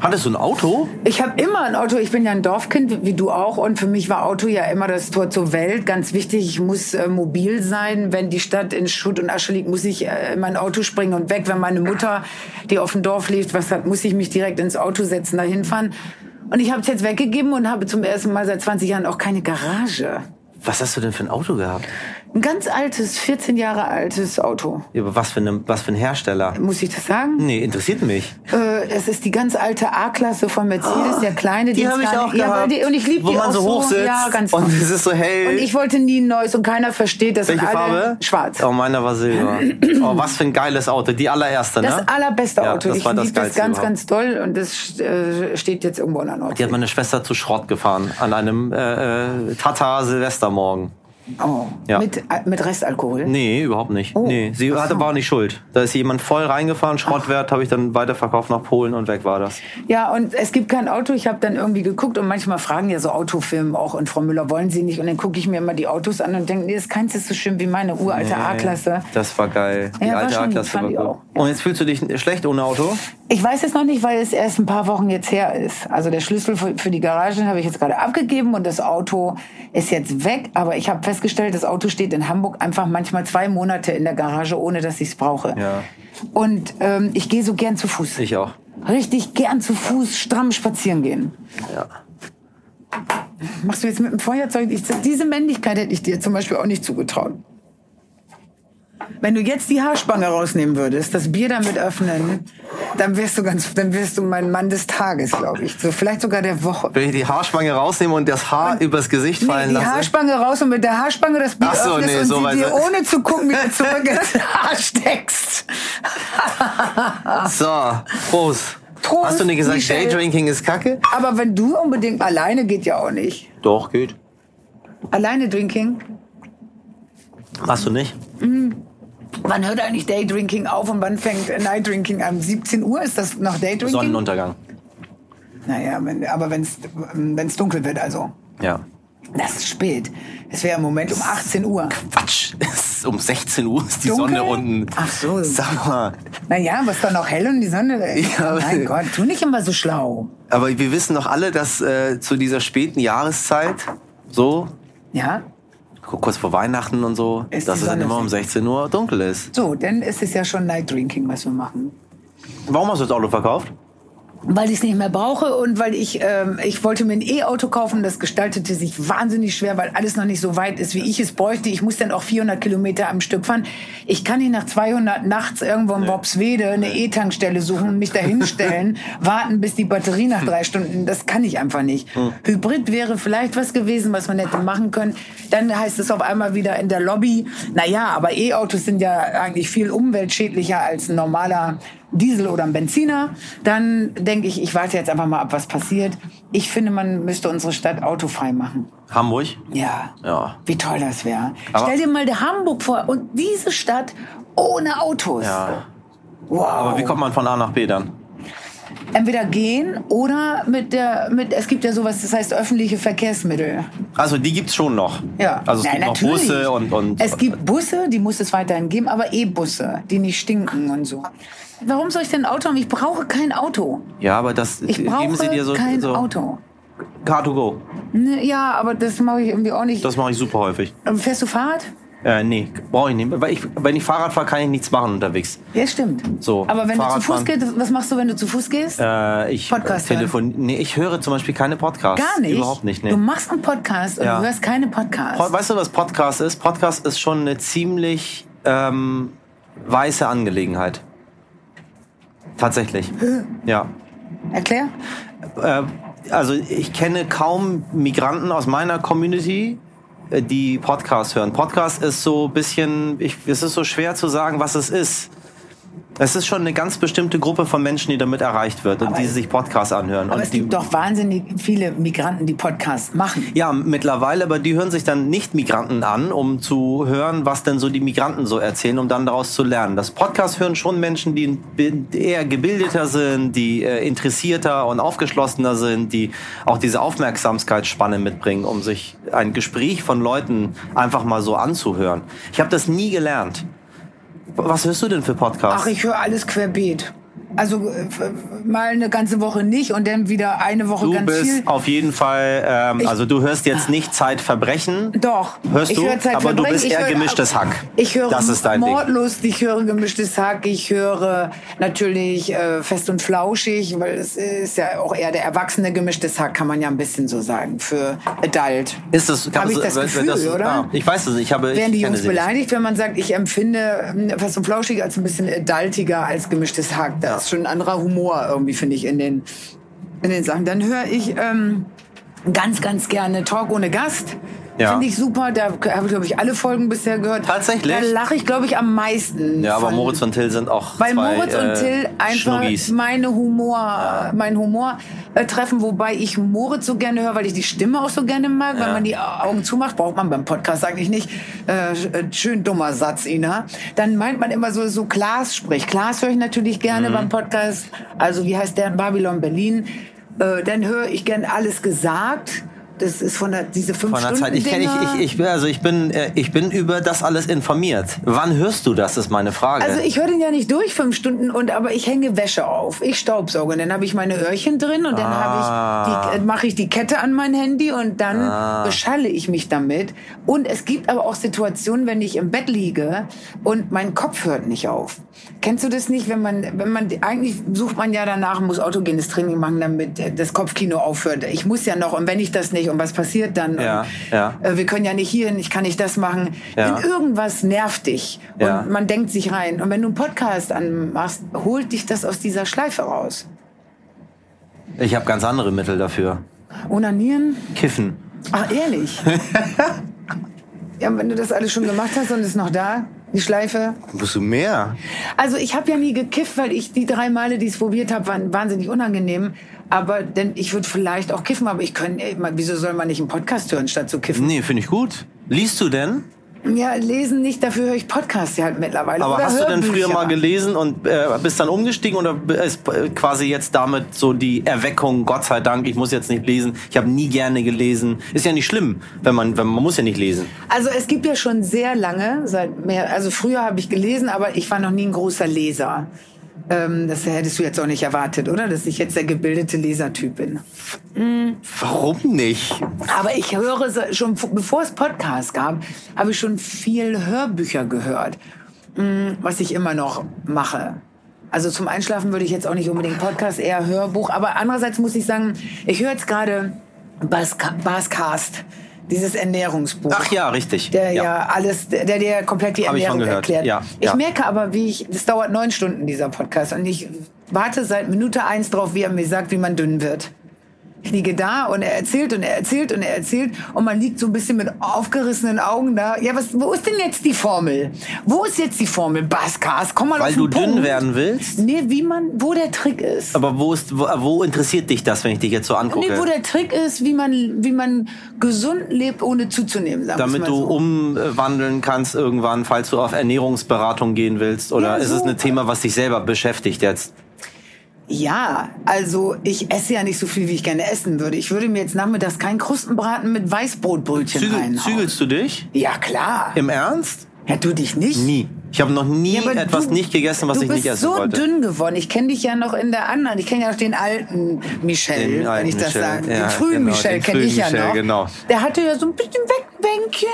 [SPEAKER 2] Hattest du ein Auto?
[SPEAKER 1] Ich habe immer ein Auto. Ich bin ja ein Dorfkind, wie du auch. Und für mich war Auto ja immer das Tor zur Welt. Ganz wichtig, ich muss äh, mobil sein. Wenn die Stadt in Schutt und Asche liegt, muss ich äh, in mein Auto springen und weg. Wenn meine Mutter, die auf dem Dorf lebt, was hat, muss ich mich direkt ins Auto setzen, dahin fahren. Und ich habe es jetzt weggegeben und habe zum ersten Mal seit 20 Jahren auch keine Garage.
[SPEAKER 2] Was hast du denn für ein Auto gehabt?
[SPEAKER 1] Ein ganz altes, 14 Jahre altes Auto.
[SPEAKER 2] Über was für, eine, was für ein Hersteller?
[SPEAKER 1] Muss ich das sagen?
[SPEAKER 2] Nee, interessiert mich.
[SPEAKER 1] Äh, es ist die ganz alte A-Klasse von Mercedes, der kleine.
[SPEAKER 2] Ah, Die
[SPEAKER 1] den es
[SPEAKER 2] habe ich
[SPEAKER 1] gar
[SPEAKER 2] auch
[SPEAKER 1] nicht- ja, weil
[SPEAKER 2] gehabt.
[SPEAKER 1] die, Und ich liebe
[SPEAKER 2] Wo
[SPEAKER 1] die
[SPEAKER 2] man
[SPEAKER 1] auch
[SPEAKER 2] so hoch sitzt
[SPEAKER 1] Ja, ganz
[SPEAKER 2] und
[SPEAKER 1] toll.
[SPEAKER 2] es ist so hell.
[SPEAKER 1] Und ich wollte nie ein neues und keiner versteht das.
[SPEAKER 2] Welche
[SPEAKER 1] und alle
[SPEAKER 2] Farbe?
[SPEAKER 1] Schwarz.
[SPEAKER 2] Oh, meiner war Silber. Oh, was für ein geiles Auto. Die allererste,
[SPEAKER 1] Das
[SPEAKER 2] ne?
[SPEAKER 1] allerbeste
[SPEAKER 2] Ja,
[SPEAKER 1] Auto.
[SPEAKER 2] das
[SPEAKER 1] ich
[SPEAKER 2] war das
[SPEAKER 1] liebe das
[SPEAKER 2] Geilste
[SPEAKER 1] ganz,
[SPEAKER 2] überhaupt.
[SPEAKER 1] ganz toll und das äh, steht jetzt irgendwo an der
[SPEAKER 2] Die
[SPEAKER 1] Nordsee.
[SPEAKER 2] hat meine Schwester zu Schrott gefahren an einem äh, äh, Tata Silvestermorgen.
[SPEAKER 1] Oh.
[SPEAKER 2] Ja.
[SPEAKER 1] Mit, äh, mit Restalkohol.
[SPEAKER 2] Nee, überhaupt nicht.
[SPEAKER 1] Oh.
[SPEAKER 2] Nee, sie
[SPEAKER 1] Ach
[SPEAKER 2] hatte
[SPEAKER 1] so.
[SPEAKER 2] war auch nicht schuld. Da ist jemand voll reingefahren, Schrottwert, habe ich dann weiterverkauft nach Polen und weg war das.
[SPEAKER 1] Ja, und es gibt kein Auto. Ich habe dann irgendwie geguckt und manchmal fragen ja so Autofilme auch und Frau Müller wollen sie nicht. Und dann gucke ich mir immer die Autos an und denke, nee, das keins ist so schön wie meine uralte A-Klasse.
[SPEAKER 2] Das war geil. Die
[SPEAKER 1] Ja, war
[SPEAKER 2] alte
[SPEAKER 1] schon-
[SPEAKER 2] A-Klasse
[SPEAKER 1] fand
[SPEAKER 2] war
[SPEAKER 1] ich
[SPEAKER 2] cool.
[SPEAKER 1] auch.
[SPEAKER 2] Und jetzt fühlst du dich schlecht ohne Auto?
[SPEAKER 1] Ich weiß es noch nicht, weil es erst ein paar Wochen jetzt her ist. Also der Schlüssel für, für die Garage habe ich jetzt gerade abgegeben und das Auto ist jetzt weg. Aber ich habe festgestellt, das Auto steht in Hamburg einfach manchmal zwei Monate in der Garage, ohne dass ich es brauche.
[SPEAKER 2] Ja.
[SPEAKER 1] Und ähm, ich gehe so gern zu Fuß.
[SPEAKER 2] Ich auch.
[SPEAKER 1] Richtig gern zu Fuß stramm spazieren gehen.
[SPEAKER 2] Ja.
[SPEAKER 1] Machst du jetzt mit dem Feuerzeug? Ich, diese Männlichkeit hätte ich dir zum Beispiel auch nicht zugetraut. Wenn du jetzt die Haarspange rausnehmen würdest, das Bier damit öffnen, dann wärst du ganz, dann wärst du mein Mann des Tages, glaube ich. So, vielleicht sogar der Woche.
[SPEAKER 2] Wenn ich die Haarspange rausnehme und das Haar übers Gesicht
[SPEAKER 1] Nee,
[SPEAKER 2] fallen
[SPEAKER 1] die
[SPEAKER 2] lasse.
[SPEAKER 1] Haarspange raus und mit der Haarspange das Bier
[SPEAKER 2] Ach so,
[SPEAKER 1] öffnest
[SPEAKER 2] nee,
[SPEAKER 1] und
[SPEAKER 2] so weit
[SPEAKER 1] sie dir
[SPEAKER 2] so-
[SPEAKER 1] ohne zu gucken wieder zurück ins Haar steckst.
[SPEAKER 2] So, Prost.
[SPEAKER 1] Prost,
[SPEAKER 2] Hast du nicht gesagt,
[SPEAKER 1] Michel.
[SPEAKER 2] Daydrinking ist kacke?
[SPEAKER 1] Aber wenn du unbedingt alleine geht ja auch nicht.
[SPEAKER 2] Doch, geht.
[SPEAKER 1] Alleine Drinking?
[SPEAKER 2] Machst du nicht?
[SPEAKER 1] Wann hört eigentlich Daydrinking auf und wann fängt Night Drinking an? 17 Uhr ist das noch Daydrinking?
[SPEAKER 2] Sonnenuntergang.
[SPEAKER 1] Naja, wenn, aber wenn es dunkel wird, also.
[SPEAKER 2] Ja.
[SPEAKER 1] Das ist spät. Es wäre im Moment um 18 Uhr.
[SPEAKER 2] Quatsch. Es ist um 16 Uhr ist die
[SPEAKER 1] Dunkel?
[SPEAKER 2] Sonne unten.
[SPEAKER 1] Ach so.
[SPEAKER 2] Sag mal.
[SPEAKER 1] Naja, was doch noch hell und die Sonne. äh,
[SPEAKER 2] Ja,
[SPEAKER 1] mein Gott, tu nicht immer so schlau.
[SPEAKER 2] Aber wir wissen doch alle, dass äh, zu dieser späten Jahreszeit, so
[SPEAKER 1] Ja?
[SPEAKER 2] kurz vor Weihnachten und so,
[SPEAKER 1] Ist
[SPEAKER 2] dass
[SPEAKER 1] die
[SPEAKER 2] es dann
[SPEAKER 1] Sonne
[SPEAKER 2] immer um 16 Uhr dunkel ist.
[SPEAKER 1] So, dann ist es ja schon Night Drinking, was wir machen.
[SPEAKER 2] Warum hast du das Auto verkauft?
[SPEAKER 1] Weil ich es nicht mehr brauche und weil ich, ähm, ich wollte mir ein E-Auto kaufen. Das gestaltete sich wahnsinnig schwer, weil alles noch nicht so weit ist, wie ich es bräuchte. Ich muss dann auch 400 Kilometer am Stück fahren. Ich kann nicht nach 200 nachts irgendwo in Bobswede eine E-Tankstelle suchen und mich da hinstellen, warten, bis die Batterie nach drei Stunden, das kann ich einfach nicht. Hybrid wäre vielleicht was gewesen, was man hätte machen können. Dann heißt es auf einmal wieder in der Lobby, naja, aber E-Autos sind ja eigentlich viel umweltschädlicher als ein normaler Diesel oder ein Benziner, dann denke ich, ich warte jetzt einfach mal ab, was passiert. Ich finde, man müsste unsere Stadt autofrei machen.
[SPEAKER 2] Hamburg?
[SPEAKER 1] Ja.
[SPEAKER 2] Ja.
[SPEAKER 1] Wie toll das wäre.
[SPEAKER 2] Aber-
[SPEAKER 1] Stell dir mal der Hamburg vor und diese Stadt ohne Autos.
[SPEAKER 2] Ja.
[SPEAKER 1] Wow.
[SPEAKER 2] Aber wie kommt man von A nach B dann?
[SPEAKER 1] Entweder gehen oder mit der, mit, es gibt ja sowas, das heißt öffentliche Verkehrsmittel.
[SPEAKER 2] Also die gibt's schon noch.
[SPEAKER 1] Ja.
[SPEAKER 2] Also es
[SPEAKER 1] Na,
[SPEAKER 2] gibt noch
[SPEAKER 1] natürlich.
[SPEAKER 2] Busse und, und
[SPEAKER 1] Es gibt Busse, die muss es weiterhin geben, aber E-Busse, die nicht stinken und so. Warum soll ich denn ein Auto haben? Ich brauche kein Auto.
[SPEAKER 2] ja, aber das
[SPEAKER 1] Ich brauche
[SPEAKER 2] geben sie dir so
[SPEAKER 1] kein
[SPEAKER 2] so
[SPEAKER 1] Auto.
[SPEAKER 2] Car to go.
[SPEAKER 1] Ne, ja, aber das mache ich irgendwie auch nicht.
[SPEAKER 2] Das mache ich super häufig.
[SPEAKER 1] Ähm, Fährst du Fahrrad?
[SPEAKER 2] Äh, nee, brauche ich nicht. Weil ich, wenn ich Fahrrad fahre, kann ich nichts machen unterwegs.
[SPEAKER 1] Ja, stimmt.
[SPEAKER 2] So,
[SPEAKER 1] aber wenn du zu Fuß
[SPEAKER 2] Fahrradfahren.
[SPEAKER 1] gehst, was machst du, wenn du zu Fuß gehst?
[SPEAKER 2] Äh, ich
[SPEAKER 1] Podcast
[SPEAKER 2] telefon nee, ich höre zum Beispiel keine Podcasts.
[SPEAKER 1] Gar nicht.
[SPEAKER 2] Überhaupt nicht. Nee.
[SPEAKER 1] Du machst einen Podcast und
[SPEAKER 2] Ja.
[SPEAKER 1] du hörst keine
[SPEAKER 2] Po-
[SPEAKER 1] Podcasts.
[SPEAKER 2] Weißt du, was Podcast ist? Podcast ist schon eine ziemlich ähm, weiße Angelegenheit. Tatsächlich. ja.
[SPEAKER 1] Erklär.
[SPEAKER 2] Äh, also ich kenne kaum Migranten aus meiner Community, äh, die Podcasts hören. Podcast ist so ein bisschen, ich, es ist so schwer zu sagen, was es ist. Es ist schon eine ganz bestimmte Gruppe von Menschen, die damit erreicht wird und
[SPEAKER 1] Aber
[SPEAKER 2] die
[SPEAKER 1] es-
[SPEAKER 2] sich Podcasts anhören.
[SPEAKER 1] Aber
[SPEAKER 2] und
[SPEAKER 1] es
[SPEAKER 2] die,
[SPEAKER 1] gibt doch wahnsinnig viele Migranten, die Podcasts machen.
[SPEAKER 2] ja, mittlerweile, aber die hören sich dann nicht Migranten an, um zu hören, was denn so die Migranten so erzählen, um dann daraus zu lernen. Das Podcast hören schon Menschen, die ein bi- eher gebildeter sind, die äh, interessierter und aufgeschlossener sind, die auch diese Aufmerksamkeitsspanne mitbringen, um sich ein Gespräch von Leuten einfach mal so anzuhören. Ich habe das nie gelernt. Was hörst du denn für Podcasts?
[SPEAKER 1] Ach, ich höre alles querbeet. Also äh, f- mal eine ganze Woche nicht und dann wieder eine Woche
[SPEAKER 2] Du
[SPEAKER 1] ganz
[SPEAKER 2] bist
[SPEAKER 1] viel.
[SPEAKER 2] auf jeden Fall, ähm, also du hörst jetzt nicht Zeitverbrechen.
[SPEAKER 1] Doch.
[SPEAKER 2] Hörst
[SPEAKER 1] ich
[SPEAKER 2] du?
[SPEAKER 1] Hör Zeit
[SPEAKER 2] Aber du
[SPEAKER 1] verbrechen,
[SPEAKER 2] bist
[SPEAKER 1] ich
[SPEAKER 2] eher
[SPEAKER 1] höre-
[SPEAKER 2] gemischtes Hack.
[SPEAKER 1] Ich höre
[SPEAKER 2] Das ist dein Ding.
[SPEAKER 1] Mordlust, ich höre gemischtes Hack, ich höre natürlich äh, fest und flauschig, weil es ist ja auch eher der erwachsene gemischtes Hack, kann man ja ein bisschen so sagen, für Adult.
[SPEAKER 2] Ist das,
[SPEAKER 1] Hab ich
[SPEAKER 2] kannst du-
[SPEAKER 1] das Gefühl, oder?
[SPEAKER 2] Ah, ich weiß es nicht. Ich habe,
[SPEAKER 1] Werden
[SPEAKER 2] ich
[SPEAKER 1] die
[SPEAKER 2] kenne
[SPEAKER 1] Jungs
[SPEAKER 2] sie nicht.
[SPEAKER 1] beleidigt, wenn man sagt, ich empfinde ähm, fest und flauschig als ein bisschen adultiger als gemischtes Hack? Da ist schon ein anderer Humor irgendwie, finde ich, in den, in den Sachen. Dann höre ich ähm, ganz, ganz gerne Talk ohne Gast.
[SPEAKER 2] Ja.
[SPEAKER 1] Finde ich super. Da habe ich, glaube ich, alle Folgen bisher gehört.
[SPEAKER 2] Tatsächlich?
[SPEAKER 1] Da lache ich, glaube ich, am meisten.
[SPEAKER 2] Ja, aber
[SPEAKER 1] von-
[SPEAKER 2] Moritz und Till sind auch
[SPEAKER 1] weil
[SPEAKER 2] zwei,
[SPEAKER 1] Moritz
[SPEAKER 2] äh,
[SPEAKER 1] und Till einfach
[SPEAKER 2] Schnuggis.
[SPEAKER 1] meine Humor, mein Humor äh, treffen, wobei ich Moritz so gerne höre, weil ich die Stimme auch so gerne mag. Wenn man die Augen zumacht, braucht man beim Podcast eigentlich nicht. Äh, sch- äh, schön dummer Satz, Ina. Dann meint man immer so, so Klaas spricht. Klaas höre ich natürlich
[SPEAKER 2] Mhm.
[SPEAKER 1] gerne beim Podcast. Also wie heißt der in Babylon Berlin? Äh, dann höre ich gern alles gesagt. Das ist von der, diese fünf
[SPEAKER 2] Von der
[SPEAKER 1] Stunden
[SPEAKER 2] Zeit. Ich kenne
[SPEAKER 1] Dinger.
[SPEAKER 2] ich, ich, ich, also ich bin, äh, ich bin über das alles informiert. Wann hörst du das, ist meine Frage.
[SPEAKER 1] Also ich höre den ja nicht durch fünf Stunden und aber ich hänge Wäsche auf. Ich staubsauge und dann habe ich meine Öhrchen drin und dann
[SPEAKER 2] Ah.
[SPEAKER 1] habe ich die, äh, mache ich die Kette an mein Handy und dann beschalle ich mich damit. Und es gibt aber auch Situationen, wenn ich im Bett liege und mein Kopf hört nicht auf. Kennst du das nicht, wenn man wenn man eigentlich sucht man ja danach muss autogenes Training machen, damit äh, das Kopfkino aufhört. Ich muss ja noch und wenn ich das nicht und was passiert dann?
[SPEAKER 2] Ja,
[SPEAKER 1] und,
[SPEAKER 2] ja.
[SPEAKER 1] Äh, wir können ja nicht hier, ich kann nicht das machen.
[SPEAKER 2] Ja.
[SPEAKER 1] Wenn irgendwas nervt dich und
[SPEAKER 2] Ja.
[SPEAKER 1] man denkt sich rein. Und wenn du einen Podcast anmachst, holt dich das aus dieser Schleife raus.
[SPEAKER 2] ich habe ganz andere Mittel dafür.
[SPEAKER 1] Onanieren?
[SPEAKER 2] Kiffen.
[SPEAKER 1] Ach, ehrlich? ja, wenn du das alles schon gemacht hast und ist noch da, die Schleife.
[SPEAKER 2] Bist du mehr?
[SPEAKER 1] Also ich habe ja nie gekifft, weil ich die drei Male, die ich es probiert habe, waren wahnsinnig unangenehm. Aber denn ich würde vielleicht auch kiffen, aber ich könnte, ey, man- wieso soll man nicht einen Podcast hören, statt zu kiffen?
[SPEAKER 2] Nee, finde ich gut. Liest du denn?
[SPEAKER 1] Ja, lesen nicht, dafür höre ich Podcasts ja halt mittlerweile.
[SPEAKER 2] Hm. Aber
[SPEAKER 1] Oder
[SPEAKER 2] hast du denn früher
[SPEAKER 1] Hörbücher.
[SPEAKER 2] mal gelesen und äh, bist dann umgestiegen oder ist äh, quasi jetzt damit so die Erweckung, Gott sei Dank, ich muss jetzt nicht lesen, ich habe nie gerne gelesen. Ist ja nicht schlimm, wenn man, wenn man muss ja nicht lesen.
[SPEAKER 1] Also es gibt ja schon sehr lange, seit mehr, also früher habe ich gelesen, aber ich war noch nie ein großer Leser. Ähm, das hättest du jetzt auch nicht erwartet, oder? Dass ich jetzt der gebildete Lesertyp bin.
[SPEAKER 2] Warum nicht?
[SPEAKER 1] Aber ich höre so- schon, f- bevor es Podcasts gab, habe ich schon viel Hörbücher gehört, Mm, was ich immer noch mache. Also zum Einschlafen würde ich jetzt auch nicht unbedingt Podcast, eher Hörbuch. Aber andererseits muss ich sagen, ich höre jetzt gerade Bas Bascast, dieses Ernährungsbuch.
[SPEAKER 2] Ach ja, richtig.
[SPEAKER 1] Der ja, alles, der der dir komplett die
[SPEAKER 2] Hab ich
[SPEAKER 1] Ernährung
[SPEAKER 2] schon gehört,
[SPEAKER 1] erklärt.
[SPEAKER 2] ja,
[SPEAKER 1] ich
[SPEAKER 2] ja.
[SPEAKER 1] merke aber, wie ich, das dauert neun Stunden, dieser Podcast. Und ich warte seit Minute eins drauf, wie er mir sagt, wie man dünn wird. Ich liege da und er erzählt und er erzählt und er erzählt und man liegt so ein bisschen mit aufgerissenen Augen da. Ja, was, wo ist denn jetzt die Formel? Wo ist jetzt die Formel, Baskas? Komm mal
[SPEAKER 2] Weil
[SPEAKER 1] auf
[SPEAKER 2] du
[SPEAKER 1] den
[SPEAKER 2] dünn
[SPEAKER 1] Punkt.
[SPEAKER 2] werden willst.
[SPEAKER 1] Nee, wie man, wo der Trick ist.
[SPEAKER 2] Aber wo, ist, wo, wo interessiert dich das, wenn ich dich jetzt so angucke?
[SPEAKER 1] Nee, wo der Trick ist, wie man, wie man gesund lebt, ohne zuzunehmen. sagen wir's
[SPEAKER 2] damit
[SPEAKER 1] mal
[SPEAKER 2] du
[SPEAKER 1] so.
[SPEAKER 2] umwandeln kannst irgendwann, falls du auf Ernährungsberatung gehen willst? Oder
[SPEAKER 1] Ja,
[SPEAKER 2] ist es
[SPEAKER 1] so.
[SPEAKER 2] ein Thema, was dich selber beschäftigt jetzt?
[SPEAKER 1] Ja, also ich esse ja nicht so viel, wie ich gerne essen würde. Ich würde mir jetzt nachmittags keinen Krustenbraten mit Weißbrotbrötchen
[SPEAKER 2] Zügel,
[SPEAKER 1] reinhauen.
[SPEAKER 2] zügelst du dich?
[SPEAKER 1] Ja, klar.
[SPEAKER 2] Im Ernst?
[SPEAKER 1] Ja, du dich nicht?
[SPEAKER 2] Nie. Ich habe noch nie
[SPEAKER 1] Ja, aber
[SPEAKER 2] etwas
[SPEAKER 1] du-
[SPEAKER 2] nicht gegessen, was
[SPEAKER 1] du
[SPEAKER 2] ich nicht essen
[SPEAKER 1] bist so
[SPEAKER 2] wollte.
[SPEAKER 1] dünn geworden. Ich kenne dich ja noch in der anderen. Ich kenne ja noch den alten Michel,
[SPEAKER 2] Den
[SPEAKER 1] wenn
[SPEAKER 2] alten
[SPEAKER 1] ich das
[SPEAKER 2] Michel,
[SPEAKER 1] sage.
[SPEAKER 2] ja,
[SPEAKER 1] den frühen
[SPEAKER 2] genau,
[SPEAKER 1] Michel
[SPEAKER 2] den
[SPEAKER 1] kenne ich
[SPEAKER 2] frühen
[SPEAKER 1] ja
[SPEAKER 2] Michel,
[SPEAKER 1] noch.
[SPEAKER 2] genau.
[SPEAKER 1] Der hatte ja so ein bisschen Wegwänkchen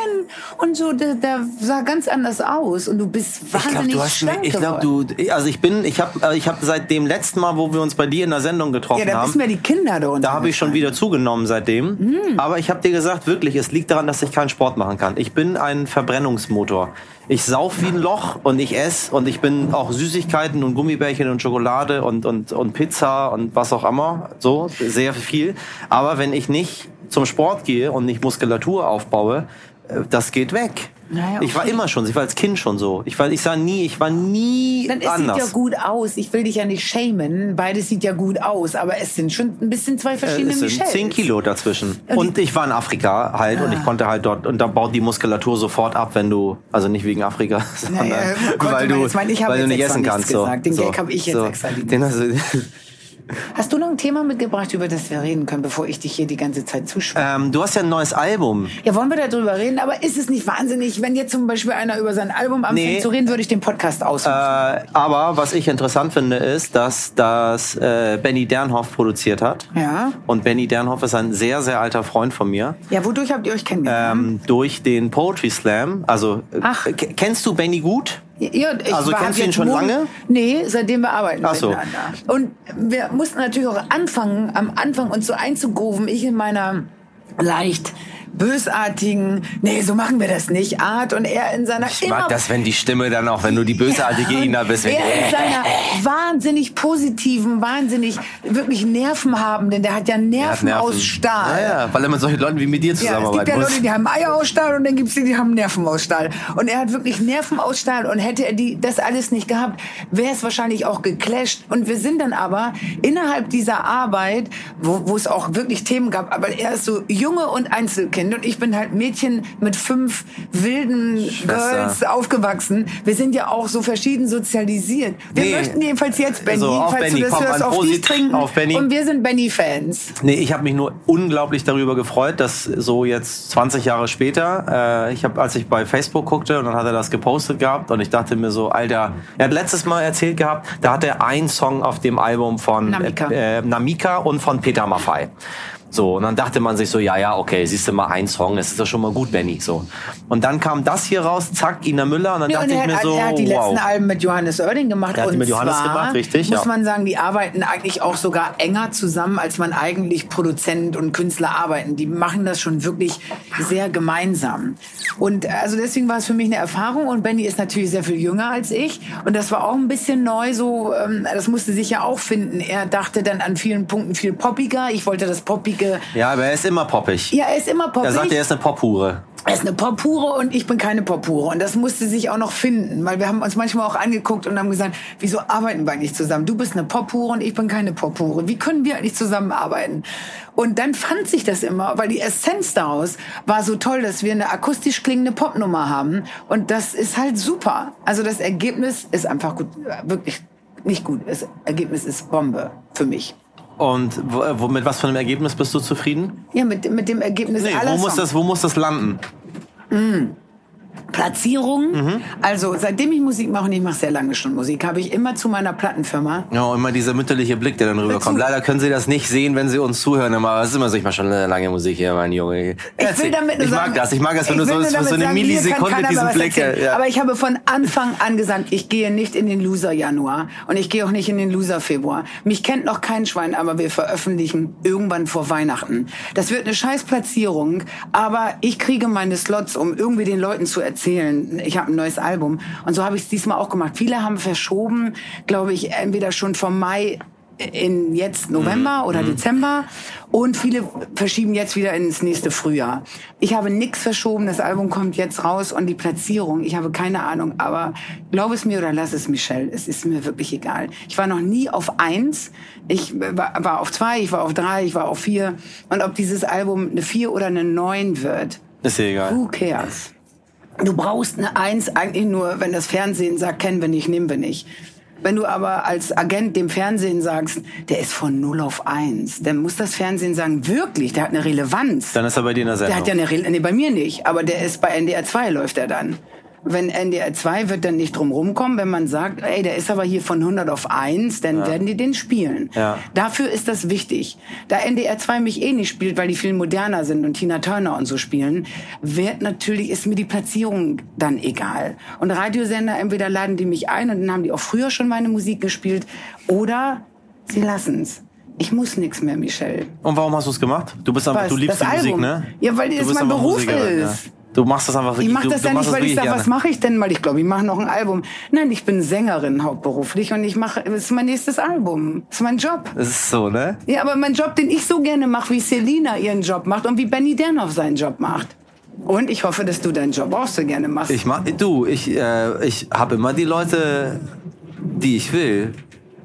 [SPEAKER 1] und so. Der, der sah ganz anders aus. Und du bist
[SPEAKER 2] Ich glaube,
[SPEAKER 1] wahnsinnig
[SPEAKER 2] du hast
[SPEAKER 1] schlank
[SPEAKER 2] ich glaub,
[SPEAKER 1] geworden.
[SPEAKER 2] du also ich bin ich habe ich habe seit dem letzten Mal, wo wir uns bei dir in der Sendung getroffen
[SPEAKER 1] Ja, da
[SPEAKER 2] haben,
[SPEAKER 1] müssen wir die Kinder da unten.
[SPEAKER 2] da habe ich schon wieder zugenommen seitdem,
[SPEAKER 1] Mm.
[SPEAKER 2] aber ich habe dir gesagt, wirklich, es liegt daran, dass ich keinen Sport machen kann. Ich bin ein Verbrennungsmotor. Ich sauf wie ein Loch und ich esse und ich bin auch Süßigkeiten und Gummibärchen und Schokolade und und und Pizza und was auch immer, so sehr viel, aber wenn ich nicht zum Sport gehe und nicht Muskulatur aufbaue, äh, das geht weg.
[SPEAKER 1] Naja,
[SPEAKER 2] Ich war
[SPEAKER 1] okay.
[SPEAKER 2] immer schon, ich war als Kind schon so. Ich war, ich sah nie, ich war nie
[SPEAKER 1] Dann, es
[SPEAKER 2] anders.
[SPEAKER 1] sieht ja gut aus. Ich will dich ja nicht shamen. Beides sieht ja gut aus. Aber es sind schon ein bisschen zwei verschiedene
[SPEAKER 2] Äh, Es sind
[SPEAKER 1] Michelles.
[SPEAKER 2] 10 Kilo dazwischen. Und ich war in Afrika halt
[SPEAKER 1] Ah.
[SPEAKER 2] und ich konnte halt dort, und da baut die Muskulatur sofort ab, wenn du, also nicht wegen Afrika,
[SPEAKER 1] äh,
[SPEAKER 2] sondern
[SPEAKER 1] Naja, konnte
[SPEAKER 2] weil
[SPEAKER 1] man
[SPEAKER 2] du,
[SPEAKER 1] jetzt meinen, ich habe
[SPEAKER 2] weil du
[SPEAKER 1] jetzt
[SPEAKER 2] nicht
[SPEAKER 1] extra
[SPEAKER 2] essen
[SPEAKER 1] nichts
[SPEAKER 2] kannst. So.
[SPEAKER 1] gesagt. Den
[SPEAKER 2] so.
[SPEAKER 1] Gag habe ich jetzt
[SPEAKER 2] so.
[SPEAKER 1] extra nicht
[SPEAKER 2] Den hast du,
[SPEAKER 1] Hast du noch ein Thema mitgebracht, über das wir reden können, bevor ich dich hier die ganze Zeit zuschweife?
[SPEAKER 2] ähm, du hast ja ein neues Album.
[SPEAKER 1] Ja, wollen wir darüber reden? Aber ist es nicht wahnsinnig, wenn jetzt zum Beispiel einer über sein Album anfängt
[SPEAKER 2] Nee.
[SPEAKER 1] zu reden, würde ich den Podcast ausmachen.
[SPEAKER 2] Äh, aber was ich interessant finde, ist, dass das äh, Benny Dernhoff produziert hat.
[SPEAKER 1] Ja.
[SPEAKER 2] Und Benny Dernhoff ist ein sehr, sehr alter Freund von mir.
[SPEAKER 1] Ja, wodurch habt ihr euch kennengelernt?
[SPEAKER 2] Ähm, durch den Poetry Slam. Also, äh,
[SPEAKER 1] Mhm. Ach.
[SPEAKER 2] k- kennst du Benny gut?
[SPEAKER 1] Ja, ich
[SPEAKER 2] also
[SPEAKER 1] war- hab
[SPEAKER 2] kennst du ihn
[SPEAKER 1] jetzt
[SPEAKER 2] schon
[SPEAKER 1] Mon-
[SPEAKER 2] lange?
[SPEAKER 1] Nee, seitdem wir arbeiten
[SPEAKER 2] Ach so.
[SPEAKER 1] miteinander. Und wir mussten natürlich auch anfangen, am Anfang uns so einzugrooven. Ich in meiner leicht bösartigen, nee, so machen wir das nicht, Art und er in seiner
[SPEAKER 5] Ich mag
[SPEAKER 1] immer
[SPEAKER 5] das, wenn die Stimme dann auch, wenn du die bösartige Ina bist. Wenn,
[SPEAKER 1] Er in seiner wahnsinnig positiven, wahnsinnig wirklich Nerven haben, denn der hat ja Nerven,
[SPEAKER 5] Er hat Nerven.
[SPEAKER 1] aus Stahl.
[SPEAKER 5] Ja, ja, weil er mit solchen Leuten wie mit dir
[SPEAKER 1] Ja, es gibt
[SPEAKER 5] zusammenarbeiten
[SPEAKER 1] ja
[SPEAKER 5] muss.
[SPEAKER 1] Leute, die haben Eier aus Stahl und dann gibt es die, die haben Nerven aus Stahl. Und er hat wirklich Nerven aus Stahl und hätte er die, das alles nicht gehabt, wäre es wahrscheinlich auch geclasht. Und wir sind dann aber innerhalb dieser Arbeit, wo, wo es auch wirklich Themen gab, aber er ist so Junge und Einzelkind und ich bin halt Mädchen mit fünf wilden
[SPEAKER 2] Schwester.
[SPEAKER 1] Girls aufgewachsen. Wir sind ja auch so verschieden sozialisiert. Wir
[SPEAKER 2] Nee.
[SPEAKER 1] möchten jedenfalls jetzt, Benny,
[SPEAKER 2] So, auf
[SPEAKER 1] falls
[SPEAKER 2] Benny,
[SPEAKER 1] du das
[SPEAKER 2] komm,
[SPEAKER 1] hörst,
[SPEAKER 2] an
[SPEAKER 1] auf
[SPEAKER 2] Prosit.
[SPEAKER 1] dich trinken.
[SPEAKER 2] Auf Benny.
[SPEAKER 1] Und wir sind Benny-Fans.
[SPEAKER 2] Nee, ich habe mich nur unglaublich darüber gefreut, dass so jetzt 20 Jahre später, äh, ich habe, als ich bei Facebook guckte und dann hat er das gepostet gehabt und ich dachte mir so, Alter, er hat letztes Mal erzählt gehabt, da hat er einen Song auf dem Album von
[SPEAKER 1] Namika.
[SPEAKER 2] Äh, äh, Namika und von Peter Maffay. So, und dann dachte man sich so, ja, ja, okay, siehst du mal einen Song, das ist doch schon mal gut, Benny. So. Und dann kam das hier raus, zack, Ina Müller, und dann
[SPEAKER 1] Ja,
[SPEAKER 2] dachte
[SPEAKER 1] und er,
[SPEAKER 2] ich mir
[SPEAKER 1] hat,
[SPEAKER 2] so,
[SPEAKER 1] er hat die
[SPEAKER 2] wow.
[SPEAKER 1] letzten Alben mit Johannes Oerding gemacht.
[SPEAKER 2] Er hat die
[SPEAKER 1] und
[SPEAKER 2] mit Johannes
[SPEAKER 1] zwar,
[SPEAKER 2] gemacht, richtig,
[SPEAKER 1] Muss
[SPEAKER 2] ja.
[SPEAKER 1] man sagen, die arbeiten eigentlich auch sogar enger zusammen, als man eigentlich Produzent und Künstler arbeiten. Die machen das schon wirklich sehr gemeinsam. Und also deswegen war es für mich eine Erfahrung. Und Benny ist natürlich sehr viel jünger als ich. Und das war auch ein bisschen neu. So, ähm, das musste sich ja auch finden. Er dachte dann an vielen Punkten viel poppiger. Ich wollte das poppige.
[SPEAKER 2] Ja, aber er ist immer poppig.
[SPEAKER 1] Ja, er ist immer poppig.
[SPEAKER 2] Er sagt, er ist eine Pophure.
[SPEAKER 1] Er ist eine Popure und ich bin keine Popure. Und das musste sich auch noch finden, weil wir haben uns manchmal auch angeguckt und haben gesagt, wieso arbeiten wir eigentlich zusammen? Du bist eine Popure und ich bin keine Popure. Wie können wir eigentlich zusammenarbeiten? Und dann fand sich das immer, weil die Essenz daraus war so toll, dass wir eine akustisch klingende Popnummer haben. Und das ist halt super. Also das Ergebnis ist einfach gut, wirklich nicht gut. Das Ergebnis ist Bombe für mich.
[SPEAKER 2] Und wo- wo- mit was für einem Ergebnis bist du zufrieden?
[SPEAKER 1] Ja, mit, mit dem Ergebnis
[SPEAKER 2] Nee,
[SPEAKER 1] aller
[SPEAKER 2] wo muss,
[SPEAKER 1] Songs.
[SPEAKER 2] das, wo muss das landen?
[SPEAKER 1] Platzierung. Also seitdem ich Musik mache, und ich mache sehr lange schon Musik, habe ich immer zu meiner Plattenfirma.
[SPEAKER 5] Ja, immer dieser mütterliche Blick, der dann rüberkommt. Leider können Sie das nicht sehen, wenn Sie uns zuhören, aber es ist immer so, ich mache schon lange Musik hier, mein Junge.
[SPEAKER 1] Ich will damit nur
[SPEAKER 5] ich
[SPEAKER 1] sagen,
[SPEAKER 5] mag das, ich mag das, wenn du
[SPEAKER 1] ich will
[SPEAKER 5] so,
[SPEAKER 1] nur
[SPEAKER 5] für
[SPEAKER 1] damit
[SPEAKER 5] so eine
[SPEAKER 1] sagen, hier kann
[SPEAKER 5] Millisekunde
[SPEAKER 1] keiner
[SPEAKER 5] diesen
[SPEAKER 1] was
[SPEAKER 5] Blick.
[SPEAKER 1] erzählen.
[SPEAKER 5] ja.
[SPEAKER 1] Aber ich habe von Anfang an gesagt, ich gehe nicht in den Loser Januar und ich gehe auch nicht in den Loser Februar. Mich kennt noch kein Schwein, aber wir veröffentlichen irgendwann vor Weihnachten. Das wird eine scheiß Platzierung, aber ich kriege meine Slots, um irgendwie den Leuten zu erzählen, ich habe ein neues Album. Und so habe ich es diesmal auch gemacht. Viele haben verschoben, glaube ich, entweder schon vom Mai in jetzt November oder Dezember und viele verschieben jetzt wieder ins nächste Frühjahr. Ich habe nichts verschoben, das Album kommt jetzt raus und die Platzierung, ich habe keine Ahnung, aber glaub es mir oder lass es, Michelle, es ist mir wirklich egal. Ich war noch nie auf eins, ich war war auf zwei, ich war auf drei, ich war auf vier und ob dieses Album eine vier oder eine neun wird,
[SPEAKER 2] Ist dir egal.
[SPEAKER 1] Who cares? Du brauchst eine Eins eigentlich nur, wenn das Fernsehen sagt, kennen wir nicht, nehmen wir nicht. Wenn du aber als Agent dem Fernsehen sagst, der ist von 0 auf 1, dann muss das Fernsehen sagen, wirklich, der hat eine Relevanz.
[SPEAKER 2] Dann ist er bei dir in der
[SPEAKER 1] Der
[SPEAKER 2] Sendung.
[SPEAKER 1] hat ja eine Rel nee, bei mir nicht, aber der ist bei NDR 2 läuft er dann. Wenn NDR 2 wird dann nicht drum rumkommen, wenn man sagt, ey, der ist aber hier von 100 auf 1, dann werden die den spielen.
[SPEAKER 2] Ja.
[SPEAKER 1] Dafür ist das wichtig. Da NDR 2 mich eh nicht spielt, weil die viel moderner sind und Tina Turner und so spielen, wird natürlich, ist mir die Platzierung dann egal. Und Radiosender, entweder laden die mich ein und dann haben die auch früher schon meine Musik gespielt oder sie lassen's. Ich muss nix mehr, Michelle.
[SPEAKER 2] Und warum hast du es gemacht? Du bist einfach,
[SPEAKER 1] Was?
[SPEAKER 2] du liebst
[SPEAKER 1] Das
[SPEAKER 2] die Musik,
[SPEAKER 1] Album?
[SPEAKER 2] ne?
[SPEAKER 1] Ja, weil
[SPEAKER 2] Du
[SPEAKER 1] das
[SPEAKER 2] bist
[SPEAKER 1] mein
[SPEAKER 2] einfach
[SPEAKER 1] Beruf
[SPEAKER 2] Musikerin,
[SPEAKER 1] ist.
[SPEAKER 2] Ja. Du machst das einfach
[SPEAKER 1] Ich
[SPEAKER 2] wirklich.
[SPEAKER 1] mache
[SPEAKER 2] du,
[SPEAKER 1] das
[SPEAKER 2] du
[SPEAKER 1] ja
[SPEAKER 2] machst
[SPEAKER 1] nicht, weil ich
[SPEAKER 2] wirklich
[SPEAKER 1] sage, was
[SPEAKER 2] gerne.
[SPEAKER 1] mache ich denn? Weil ich glaube, ich mache noch ein Album. Nein, ich bin Sängerin hauptberuflich und ich mache, es ist mein nächstes Album. Es ist mein Job.
[SPEAKER 2] Das ist so, ne?
[SPEAKER 1] Ja, aber mein Job, den ich so gerne mache, wie Selina ihren Job macht und wie Benny Dernhoff seinen Job macht. Und ich hoffe, dass du deinen Job auch so gerne machst.
[SPEAKER 2] Ich mach, du, ich, äh, ich habe immer die Leute, die ich will.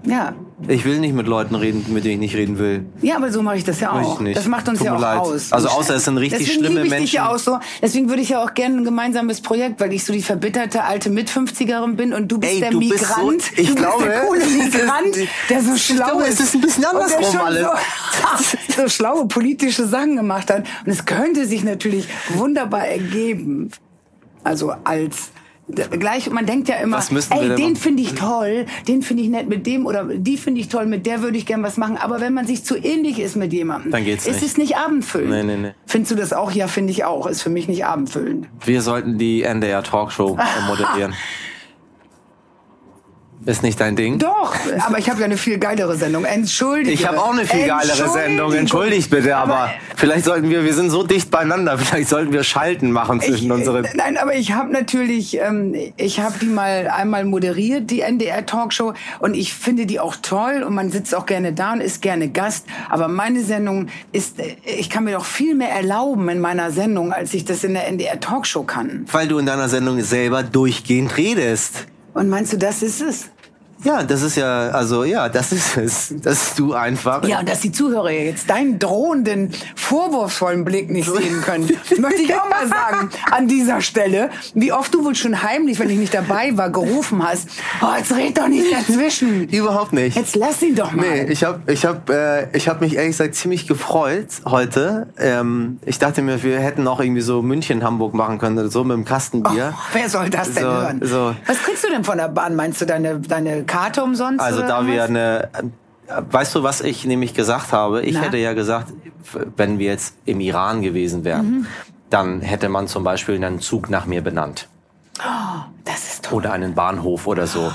[SPEAKER 1] ja.
[SPEAKER 2] Ich will nicht mit Leuten reden, mit denen ich nicht reden will.
[SPEAKER 1] Ja, aber so mache ich das ja
[SPEAKER 2] Weiß
[SPEAKER 1] auch.
[SPEAKER 2] ich nicht.
[SPEAKER 1] Das macht uns
[SPEAKER 2] Tut
[SPEAKER 1] ja
[SPEAKER 2] mir
[SPEAKER 1] auch
[SPEAKER 2] leid.
[SPEAKER 1] aus.
[SPEAKER 2] Also außer es sind richtig
[SPEAKER 1] Deswegen
[SPEAKER 2] schlimme
[SPEAKER 1] liebe ich Dich ja
[SPEAKER 2] Menschen.
[SPEAKER 1] auch so. Deswegen würde ich ja auch gerne ein gemeinsames Projekt, weil ich so die verbitterte alte Mit-50erin bin und du bist
[SPEAKER 2] Ey,
[SPEAKER 1] der
[SPEAKER 2] du bist so-
[SPEAKER 1] Migrant.
[SPEAKER 2] ich
[SPEAKER 1] du
[SPEAKER 2] glaube,
[SPEAKER 1] bist der coole
[SPEAKER 2] es ist-
[SPEAKER 1] Migrant, der so schlau
[SPEAKER 2] glaube,
[SPEAKER 1] ist.
[SPEAKER 2] es ist ein bisschen
[SPEAKER 1] Und der
[SPEAKER 2] andersrum
[SPEAKER 1] schon
[SPEAKER 2] alles.
[SPEAKER 1] So, so schlaue politische Sachen gemacht hat. Und es könnte sich natürlich wunderbar ergeben. Also als d- gleich man denkt ja immer
[SPEAKER 2] Was müssen wir
[SPEAKER 1] ey
[SPEAKER 2] denn
[SPEAKER 1] den
[SPEAKER 2] machen?
[SPEAKER 1] finde ich toll den finde ich nett mit dem oder die finde ich toll mit der würde ich gern was machen aber wenn man sich zu ähnlich ist mit jemandem
[SPEAKER 2] Dann geht's
[SPEAKER 1] ist
[SPEAKER 2] nicht.
[SPEAKER 1] es nicht abendfüllend
[SPEAKER 2] Nee, nee, nee.
[SPEAKER 1] findest du das auch ja finde ich auch ist für mich nicht abendfüllend
[SPEAKER 2] Wir sollten die NDR Talkshow moderieren. Ist nicht dein Ding?
[SPEAKER 1] doch aber ich habe ja eine viel geilere Sendung entschuldige
[SPEAKER 2] Ich habe auch eine viel geilere Sendung, entschuldigt bitte, aber vielleicht sollten wir, wir sind so dicht beieinander, vielleicht sollten wir Schalten machen zwischen
[SPEAKER 1] ich,
[SPEAKER 2] unseren.
[SPEAKER 1] äh, Nein, aber ich habe natürlich, ähm, ich habe die mal einmal moderiert, die NDR Talkshow, und ich finde die auch toll und man sitzt auch gerne da und ist gerne Gast. Aber meine Sendung ist, äh, ich kann mir doch viel mehr erlauben in meiner Sendung, als ich das in der NDR Talkshow kann.
[SPEAKER 2] Weil du in deiner Sendung selber durchgehend redest.
[SPEAKER 1] Und meinst du, das ist es?
[SPEAKER 2] Ja, das ist ja, also ja, das ist es. Dass du einfach.
[SPEAKER 1] Ja, und dass die Zuhörer jetzt deinen drohenden, vorwurfsvollen Blick nicht sehen können, möchte ich auch mal sagen an dieser Stelle. Wie oft du wohl schon heimlich, wenn ich nicht dabei war, gerufen hast, oh, jetzt red doch nicht dazwischen.
[SPEAKER 2] Überhaupt nicht.
[SPEAKER 1] Jetzt lass ihn doch mal.
[SPEAKER 2] Nee, ich habe ich hab, äh, ich hab mich ehrlich gesagt ziemlich gefreut heute. Ähm, ich dachte mir, wir hätten auch irgendwie so München-Hamburg machen können oder so mit dem Kastenbier.
[SPEAKER 1] Wer soll das denn
[SPEAKER 2] So,
[SPEAKER 1] hören?
[SPEAKER 2] so.
[SPEAKER 1] Was kriegst du denn von der Bahn? Meinst du deine, deine Karte umsonst?
[SPEAKER 2] Also
[SPEAKER 1] oder
[SPEAKER 2] da wir
[SPEAKER 1] irgendwas?
[SPEAKER 2] eine, äh, weißt du, was ich nämlich gesagt habe? Ich
[SPEAKER 1] Na?
[SPEAKER 2] hätte ja gesagt, wenn wir jetzt im Iran gewesen wären,
[SPEAKER 1] Mhm.
[SPEAKER 2] dann hätte man zum Beispiel einen Zug nach mir benannt
[SPEAKER 1] Das ist toll.
[SPEAKER 2] oder einen Bahnhof oder so.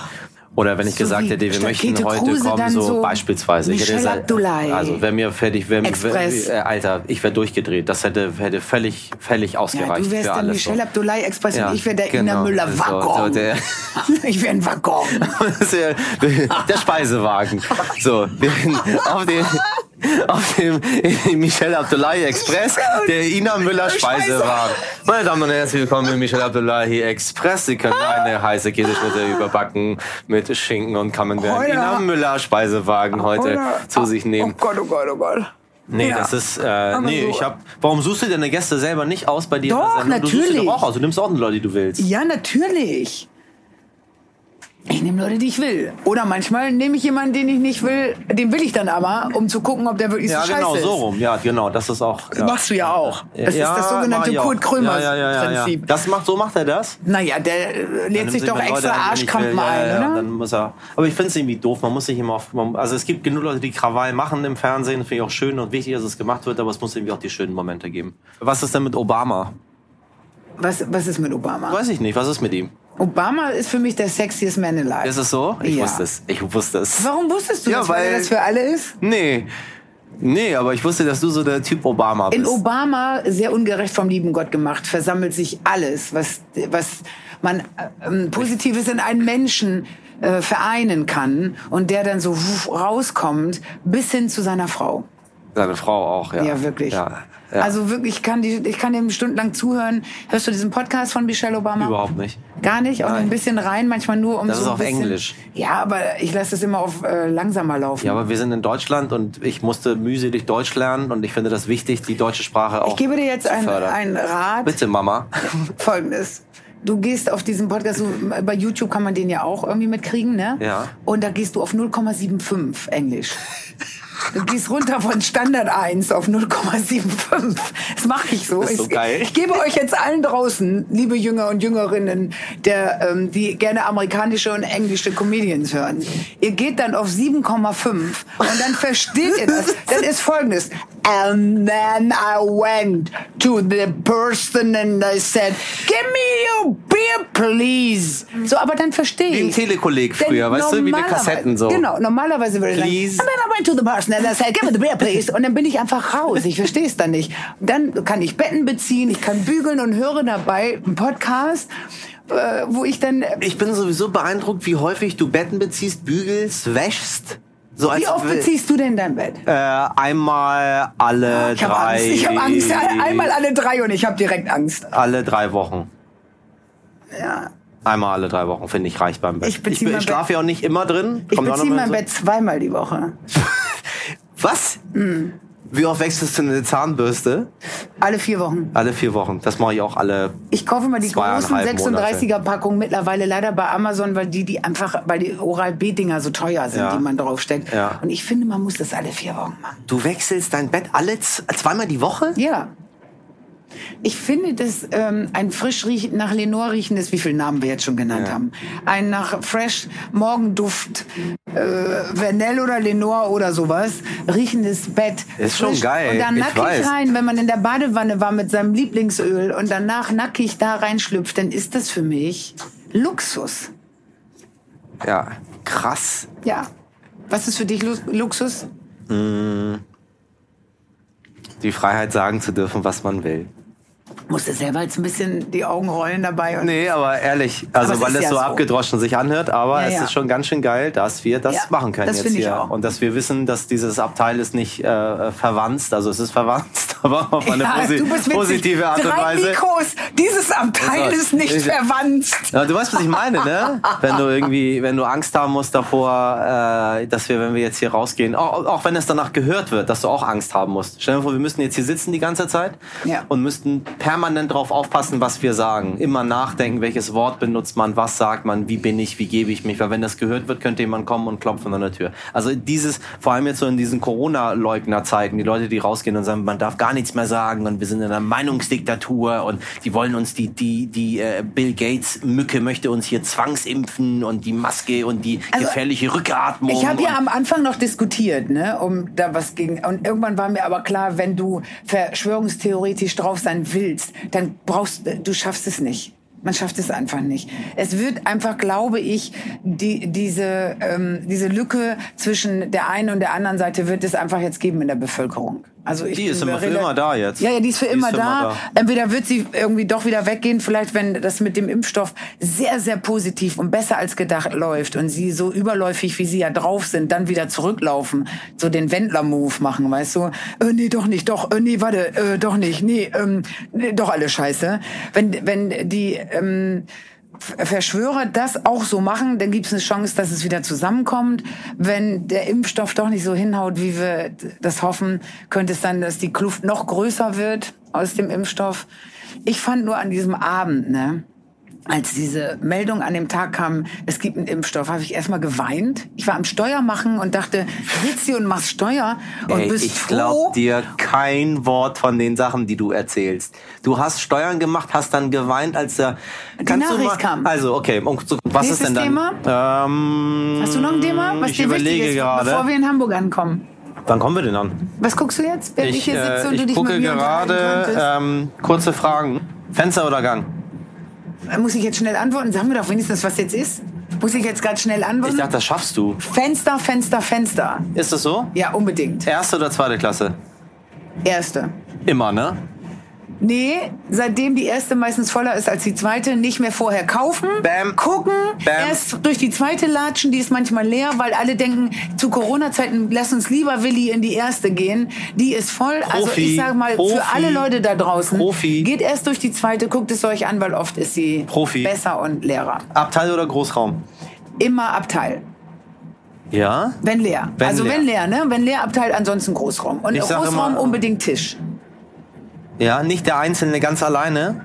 [SPEAKER 2] Oder wenn ich
[SPEAKER 1] So wie
[SPEAKER 2] gesagt hätte, wir
[SPEAKER 1] statt Käthe
[SPEAKER 2] möchten heute
[SPEAKER 1] Kruse
[SPEAKER 2] kommen,
[SPEAKER 1] dann
[SPEAKER 2] so,
[SPEAKER 1] so
[SPEAKER 2] beispielsweise. Ich hätte
[SPEAKER 1] Michelle
[SPEAKER 2] gesagt,
[SPEAKER 1] Abdullahi.
[SPEAKER 2] Also wenn mir fertig, wenn,
[SPEAKER 1] Express.
[SPEAKER 2] äh, Alter, ich wäre durchgedreht. Das hätte, hätte völlig, völlig
[SPEAKER 1] Ja,
[SPEAKER 2] ausgereicht
[SPEAKER 1] du wärst
[SPEAKER 2] für
[SPEAKER 1] der
[SPEAKER 2] alles.
[SPEAKER 1] Michelle Abdullahi Express
[SPEAKER 2] Ja,
[SPEAKER 1] und ich wäre der Ina
[SPEAKER 2] genau.
[SPEAKER 1] Müller
[SPEAKER 2] So,
[SPEAKER 1] Waggon.
[SPEAKER 2] so der-
[SPEAKER 1] ich wäre ein Waggon.
[SPEAKER 2] Das wär- der Speisewagen. So, wir sind auf dem, auf dem Michel Abdullahi Express, der Ina Müller Speisewagen. Meine Damen und Herren, herzlich willkommen im Michel Abdullahi Express. Sie können
[SPEAKER 1] Ah.
[SPEAKER 2] eine heiße Käseschnitte überbacken mit Schinken und Camembert.
[SPEAKER 1] Heute-
[SPEAKER 2] Ina Müller Speisewagen heute
[SPEAKER 1] Oder-
[SPEAKER 2] zu sich nehmen.
[SPEAKER 1] Oh Gott, oh Gott, oh Gott.
[SPEAKER 2] Nee,
[SPEAKER 1] Ja.
[SPEAKER 2] das ist. Äh, nee,
[SPEAKER 1] so-
[SPEAKER 2] ich hab. Warum suchst du deine Gäste selber nicht aus bei dir? in der
[SPEAKER 1] Doch,
[SPEAKER 2] Sendung? Du suchst sie
[SPEAKER 1] natürlich.
[SPEAKER 2] doch auch aus. Du nimmst auch die Leute, die du willst.
[SPEAKER 1] Ja, natürlich. Ich nehme Leute, die ich will. Oder manchmal nehme ich jemanden, den ich nicht will. Den will ich dann aber, um zu gucken, ob der wirklich
[SPEAKER 2] Ja,
[SPEAKER 1] so scheiße
[SPEAKER 2] genau,
[SPEAKER 1] ist.
[SPEAKER 2] so rum. Ja, genau, das ist auch.
[SPEAKER 1] Das machst du ja auch. Das ist das
[SPEAKER 2] mach
[SPEAKER 1] sogenannte
[SPEAKER 2] ich auch.
[SPEAKER 1] Kurt-Krömer-Prinzip.
[SPEAKER 2] Ja, ja, ja, ja, ja. Das macht, so macht er das.
[SPEAKER 1] Naja, der äh,
[SPEAKER 2] Dann
[SPEAKER 1] lädt sich
[SPEAKER 2] nimmt
[SPEAKER 1] doch
[SPEAKER 2] man Leute
[SPEAKER 1] extra
[SPEAKER 2] an, die nicht
[SPEAKER 1] Arschkrampen
[SPEAKER 2] will. Ja,
[SPEAKER 1] ein,
[SPEAKER 2] ja, ja,
[SPEAKER 1] oder?
[SPEAKER 2] Dann muss er. Aber ich finde es irgendwie doof. Man muss sich immer auf. Man, also es gibt genug Leute, die Krawall machen im Fernsehen. Finde ich auch schön und wichtig, dass es gemacht wird. Aber es muss irgendwie auch die schönen Momente geben. Was ist denn mit Obama?
[SPEAKER 1] Was, was ist mit Obama?
[SPEAKER 2] Weiß ich nicht. Was ist mit ihm?
[SPEAKER 1] Obama ist für mich der sexiest man alive.
[SPEAKER 2] Ist es so? Ich
[SPEAKER 1] Ja.
[SPEAKER 2] wusste es. Ich wusste es.
[SPEAKER 1] Warum wusstest du
[SPEAKER 2] Ja,
[SPEAKER 1] das, weil,
[SPEAKER 2] weil-
[SPEAKER 1] das für alle ist?
[SPEAKER 2] Nee. Nee, aber ich wusste, dass du so der Typ Obama bist.
[SPEAKER 1] In Obama, sehr ungerecht vom lieben Gott gemacht, versammelt sich alles, was, was man äh, ähm, Positives in einen Menschen äh, vereinen kann und der dann so wuff rauskommt bis hin zu seiner Frau.
[SPEAKER 2] Seine Frau auch, ja.
[SPEAKER 1] Ja, wirklich.
[SPEAKER 2] Ja, ja.
[SPEAKER 1] Also wirklich, ich kann, die, ich kann dem stundenlang zuhören. Hörst du diesen Podcast von Michelle Obama?
[SPEAKER 2] Überhaupt nicht.
[SPEAKER 1] Gar nicht, auch
[SPEAKER 2] Nein.
[SPEAKER 1] ein bisschen rein, manchmal nur um
[SPEAKER 2] Das
[SPEAKER 1] so
[SPEAKER 2] ist
[SPEAKER 1] ein
[SPEAKER 2] auf
[SPEAKER 1] bisschen,
[SPEAKER 2] Englisch.
[SPEAKER 1] Ja, aber ich lasse das immer auf äh, langsamer laufen.
[SPEAKER 2] Ja, aber wir sind in Deutschland und ich musste mühselig Deutsch lernen und ich finde das wichtig, die deutsche Sprache auch
[SPEAKER 1] ich gebe dir jetzt
[SPEAKER 2] zu
[SPEAKER 1] einen,
[SPEAKER 2] fördern.
[SPEAKER 1] einen Rat.
[SPEAKER 2] Bitte, Mama.
[SPEAKER 1] Folgendes. Du gehst auf diesen Podcast, du, bei YouTube kann man den ja auch irgendwie mitkriegen, ne?
[SPEAKER 2] Ja.
[SPEAKER 1] Und da gehst du auf 0,75 Englisch. Du gehst runter von Standard 1 auf 0,75. Das mache ich so.
[SPEAKER 2] Das ist so
[SPEAKER 1] ich,
[SPEAKER 2] geil.
[SPEAKER 1] ich gebe euch jetzt allen draußen, liebe Jünger und Jüngerinnen, der, ähm, die gerne amerikanische und englische Comedians hören. Ihr geht dann auf 7,5 und dann versteht ihr das. Dann ist folgendes. And then I went to the person and I said, give me your beer, please. So, aber dann verstehe ich.
[SPEAKER 2] Wie ein Telekolleg früher, weißt du, wie die
[SPEAKER 1] normalerweise-
[SPEAKER 2] Kassetten so.
[SPEAKER 1] Genau, normalerweise würde ich sagen,
[SPEAKER 2] Please.
[SPEAKER 1] and then I went to the person and I said, give me the beer, please. Und dann bin ich einfach raus. Ich verstehe es dann nicht. Und dann kann ich Betten beziehen, ich kann bügeln und höre dabei einen Podcast, äh, wo ich dann...
[SPEAKER 2] Ich bin sowieso beeindruckt, wie häufig du Betten beziehst, bügelst, wäschst.
[SPEAKER 6] So als
[SPEAKER 1] Wie oft beziehst du denn dein Bett?
[SPEAKER 2] Äh, einmal alle
[SPEAKER 1] ich habe
[SPEAKER 2] drei.
[SPEAKER 1] Angst, ich habe Angst. Einmal alle drei und ich habe direkt Angst.
[SPEAKER 2] alle drei Wochen.
[SPEAKER 1] Ja.
[SPEAKER 2] Einmal alle drei Wochen, finde ich, reicht beim Bett.
[SPEAKER 1] Ich beziehe
[SPEAKER 2] ich,
[SPEAKER 1] mein
[SPEAKER 2] ich schlafe
[SPEAKER 1] Bett-
[SPEAKER 2] ja auch nicht immer drin.
[SPEAKER 1] Ich
[SPEAKER 2] Kommt auch noch
[SPEAKER 1] beziehe
[SPEAKER 2] mal
[SPEAKER 1] mein
[SPEAKER 2] so-
[SPEAKER 1] Bett zweimal die Woche.
[SPEAKER 2] Was?
[SPEAKER 1] Hm.
[SPEAKER 2] Wie oft wechselst du eine Zahnbürste?
[SPEAKER 1] Alle vier Wochen.
[SPEAKER 2] Alle vier Wochen. Das mache ich auch alle.
[SPEAKER 1] Ich kaufe mal die
[SPEAKER 2] Zweieinhalb
[SPEAKER 1] großen 36er-Packungen mittlerweile leider bei Amazon, weil die, die einfach, weil die Oral-B-Dinger so teuer sind,
[SPEAKER 2] Ja.
[SPEAKER 1] die man draufsteckt.
[SPEAKER 2] Ja.
[SPEAKER 1] Und ich finde, man muss das alle vier Wochen machen.
[SPEAKER 2] Du wechselst dein Bett alle z- zweimal die Woche?
[SPEAKER 1] Ja. Ich finde, dass ähm, ein frisch riech, nach Lenore riechendes, wie viele Namen wir jetzt schon genannt haben, ein nach Fresh Morgenduft, äh, Vanille oder Lenore oder sowas, riechendes Bett.
[SPEAKER 2] Ist schon geil,
[SPEAKER 1] Und dann
[SPEAKER 2] ich
[SPEAKER 1] nackig
[SPEAKER 2] weiß.
[SPEAKER 1] rein, wenn man in der Badewanne war mit seinem Lieblingsöl und danach nackig da reinschlüpft, dann ist das für mich Luxus.
[SPEAKER 2] Ja. Krass.
[SPEAKER 1] Ja. Was ist für dich Lu- Luxus?
[SPEAKER 2] Die Freiheit sagen zu dürfen, was man will.
[SPEAKER 1] Musst du selber jetzt ein bisschen die Augen rollen dabei. Und
[SPEAKER 2] Nee, aber ehrlich, also
[SPEAKER 1] es
[SPEAKER 2] weil
[SPEAKER 1] ist
[SPEAKER 2] es
[SPEAKER 1] ja
[SPEAKER 2] so
[SPEAKER 1] so.
[SPEAKER 2] abgedroschen sich anhört, aber
[SPEAKER 1] Ja,
[SPEAKER 2] es
[SPEAKER 1] ja.
[SPEAKER 2] ist schon ganz schön geil, dass wir das
[SPEAKER 1] Ja,
[SPEAKER 2] machen können
[SPEAKER 1] das
[SPEAKER 2] jetzt
[SPEAKER 1] finde ich
[SPEAKER 2] hier.
[SPEAKER 1] auch.
[SPEAKER 2] Und dass wir wissen, dass dieses Abteil ist nicht äh, verwanzt, also es ist verwanzt, aber auf eine
[SPEAKER 1] Ja,
[SPEAKER 2] posi
[SPEAKER 1] du bist witzig.
[SPEAKER 2] positive Art und
[SPEAKER 1] Drei
[SPEAKER 2] Weise.
[SPEAKER 1] Mikros. Dieses Abteil
[SPEAKER 2] Ja.
[SPEAKER 1] ist nicht
[SPEAKER 2] Ich- Oh
[SPEAKER 1] verwandt.
[SPEAKER 2] Ja, du weißt, was ich meine, ne? Wenn du irgendwie, wenn du Angst haben musst davor, äh, dass wir, wenn wir jetzt hier rausgehen, auch, auch wenn es danach gehört wird, dass du auch Angst haben musst. Stell dir vor, wir müssten jetzt hier sitzen die ganze Zeit
[SPEAKER 1] Ja.
[SPEAKER 2] und müssten permanent drauf aufpassen, was wir sagen. Immer nachdenken, welches Wort benutzt man, was sagt man, wie bin ich, wie gebe ich mich. Weil wenn das gehört wird, könnte jemand kommen und klopfen an der Tür. Also dieses, vor allem jetzt so in diesen Corona-Leugner-Zeiten, die Leute, die rausgehen und sagen, man darf gar nichts mehr sagen und wir sind in einer Meinungsdiktatur und die wollen uns die, die, die äh, Bill Gates-Mücke möchte uns hier zwangsimpfen und die Maske und die
[SPEAKER 1] Also,
[SPEAKER 2] gefährliche Rückatmung.
[SPEAKER 1] Ich habe ja
[SPEAKER 2] und-
[SPEAKER 1] am Anfang noch diskutiert, ne, um da was gegen. Und irgendwann war mir aber klar, wenn du verschwörungstheoretisch drauf sein willst, dann brauchst du schaffst es nicht. Man schafft es einfach nicht. Es wird einfach, glaube ich, die, diese, ähm, diese Lücke zwischen der einen und der anderen Seite wird es einfach jetzt geben in der Bevölkerung. Also ich
[SPEAKER 2] Die ist
[SPEAKER 1] bin
[SPEAKER 2] immer- für
[SPEAKER 1] rela-
[SPEAKER 2] immer da jetzt.
[SPEAKER 1] Ja, ja, die ist für,
[SPEAKER 2] Die ist
[SPEAKER 1] immer,
[SPEAKER 2] für
[SPEAKER 1] da.
[SPEAKER 2] immer
[SPEAKER 1] Entweder wird sie irgendwie doch wieder weggehen, vielleicht wenn das mit dem Impfstoff sehr, sehr positiv und besser als gedacht läuft und sie so überläufig, wie sie ja drauf sind, dann wieder zurücklaufen, so den Wendler-Move machen, weißt du? Äh, nee, doch nicht, doch, äh, nee, warte, äh, doch nicht, nee, ähm, nee, doch alle Scheiße. Wenn, wenn die ähm, Ver- Verschwörer das auch so machen, dann gibt es eine Chance, dass es wieder zusammenkommt. Wenn der Impfstoff doch nicht so hinhaut, wie wir d- das hoffen, könnte es sein, dass die Kluft noch größer wird aus dem Impfstoff. Ich fand nur an diesem Abend, ne, als diese Meldung an dem Tag kam, es gibt einen Impfstoff, habe ich erstmal geweint. Ich war am Steuer machen und dachte, sitzt hier und machst Steuer und
[SPEAKER 2] Ey,
[SPEAKER 1] bist
[SPEAKER 2] ich
[SPEAKER 1] froh.
[SPEAKER 2] glaub dir kein Wort von den Sachen, die du erzählst. Du hast Steuern gemacht, hast dann geweint, als der. du
[SPEAKER 1] Nachricht kam.
[SPEAKER 2] Also okay, um zu- was
[SPEAKER 1] Nächstes
[SPEAKER 2] ist denn dann? Thema? Ähm,
[SPEAKER 1] Hast du noch ein Thema, was
[SPEAKER 2] ich
[SPEAKER 1] dir wichtig
[SPEAKER 2] überlege
[SPEAKER 1] ist, bevor
[SPEAKER 2] gerade.
[SPEAKER 1] wir in Hamburg ankommen?
[SPEAKER 2] Wann kommen wir denn an?
[SPEAKER 1] Was guckst du jetzt, wenn ich, hier
[SPEAKER 2] äh,
[SPEAKER 1] sitze und
[SPEAKER 2] ich
[SPEAKER 1] du dich
[SPEAKER 2] gucke
[SPEAKER 1] mit mir unterhalten
[SPEAKER 2] gerade
[SPEAKER 1] konntest?
[SPEAKER 2] ähm, kurze Fragen. Fenster oder Gang? äh,
[SPEAKER 1] Muss ich jetzt schnell antworten? Sag mir doch wenigstens, was jetzt ist. Muss ich jetzt gerade schnell
[SPEAKER 2] Ich
[SPEAKER 1] antworten?
[SPEAKER 2] dachte, das schaffst du.
[SPEAKER 1] Fenster, Fenster, Fenster.
[SPEAKER 2] Ist das so?
[SPEAKER 1] Ja, unbedingt.
[SPEAKER 2] Erste oder zweite Klasse?
[SPEAKER 1] Erste.
[SPEAKER 2] Immer, ne?
[SPEAKER 1] Nee, seitdem die erste meistens voller ist als die zweite, nicht mehr vorher kaufen,
[SPEAKER 2] Bam.
[SPEAKER 1] gucken,
[SPEAKER 2] Bam.
[SPEAKER 1] erst durch die zweite latschen, die ist manchmal leer, weil alle denken, zu Corona-Zeiten lass uns lieber Willi in die erste gehen. Die ist voll. also
[SPEAKER 2] Profi.
[SPEAKER 1] ich sag mal,
[SPEAKER 2] Profi.
[SPEAKER 1] für alle Leute da draußen,
[SPEAKER 2] Profi.
[SPEAKER 1] geht erst durch die zweite, guckt es euch an, weil oft ist sie
[SPEAKER 2] Profi.
[SPEAKER 1] besser und leerer.
[SPEAKER 2] Abteil oder Großraum?
[SPEAKER 1] Immer Abteil.
[SPEAKER 2] Ja.
[SPEAKER 1] Wenn leer.
[SPEAKER 2] Wenn
[SPEAKER 1] also
[SPEAKER 2] leer.
[SPEAKER 1] wenn leer, ne? Wenn leer Abteil, ansonsten Großraum. Und
[SPEAKER 2] Ich sag
[SPEAKER 1] Großraum
[SPEAKER 2] immer-
[SPEAKER 1] unbedingt Tisch.
[SPEAKER 2] Ja, nicht der Einzelne ganz alleine.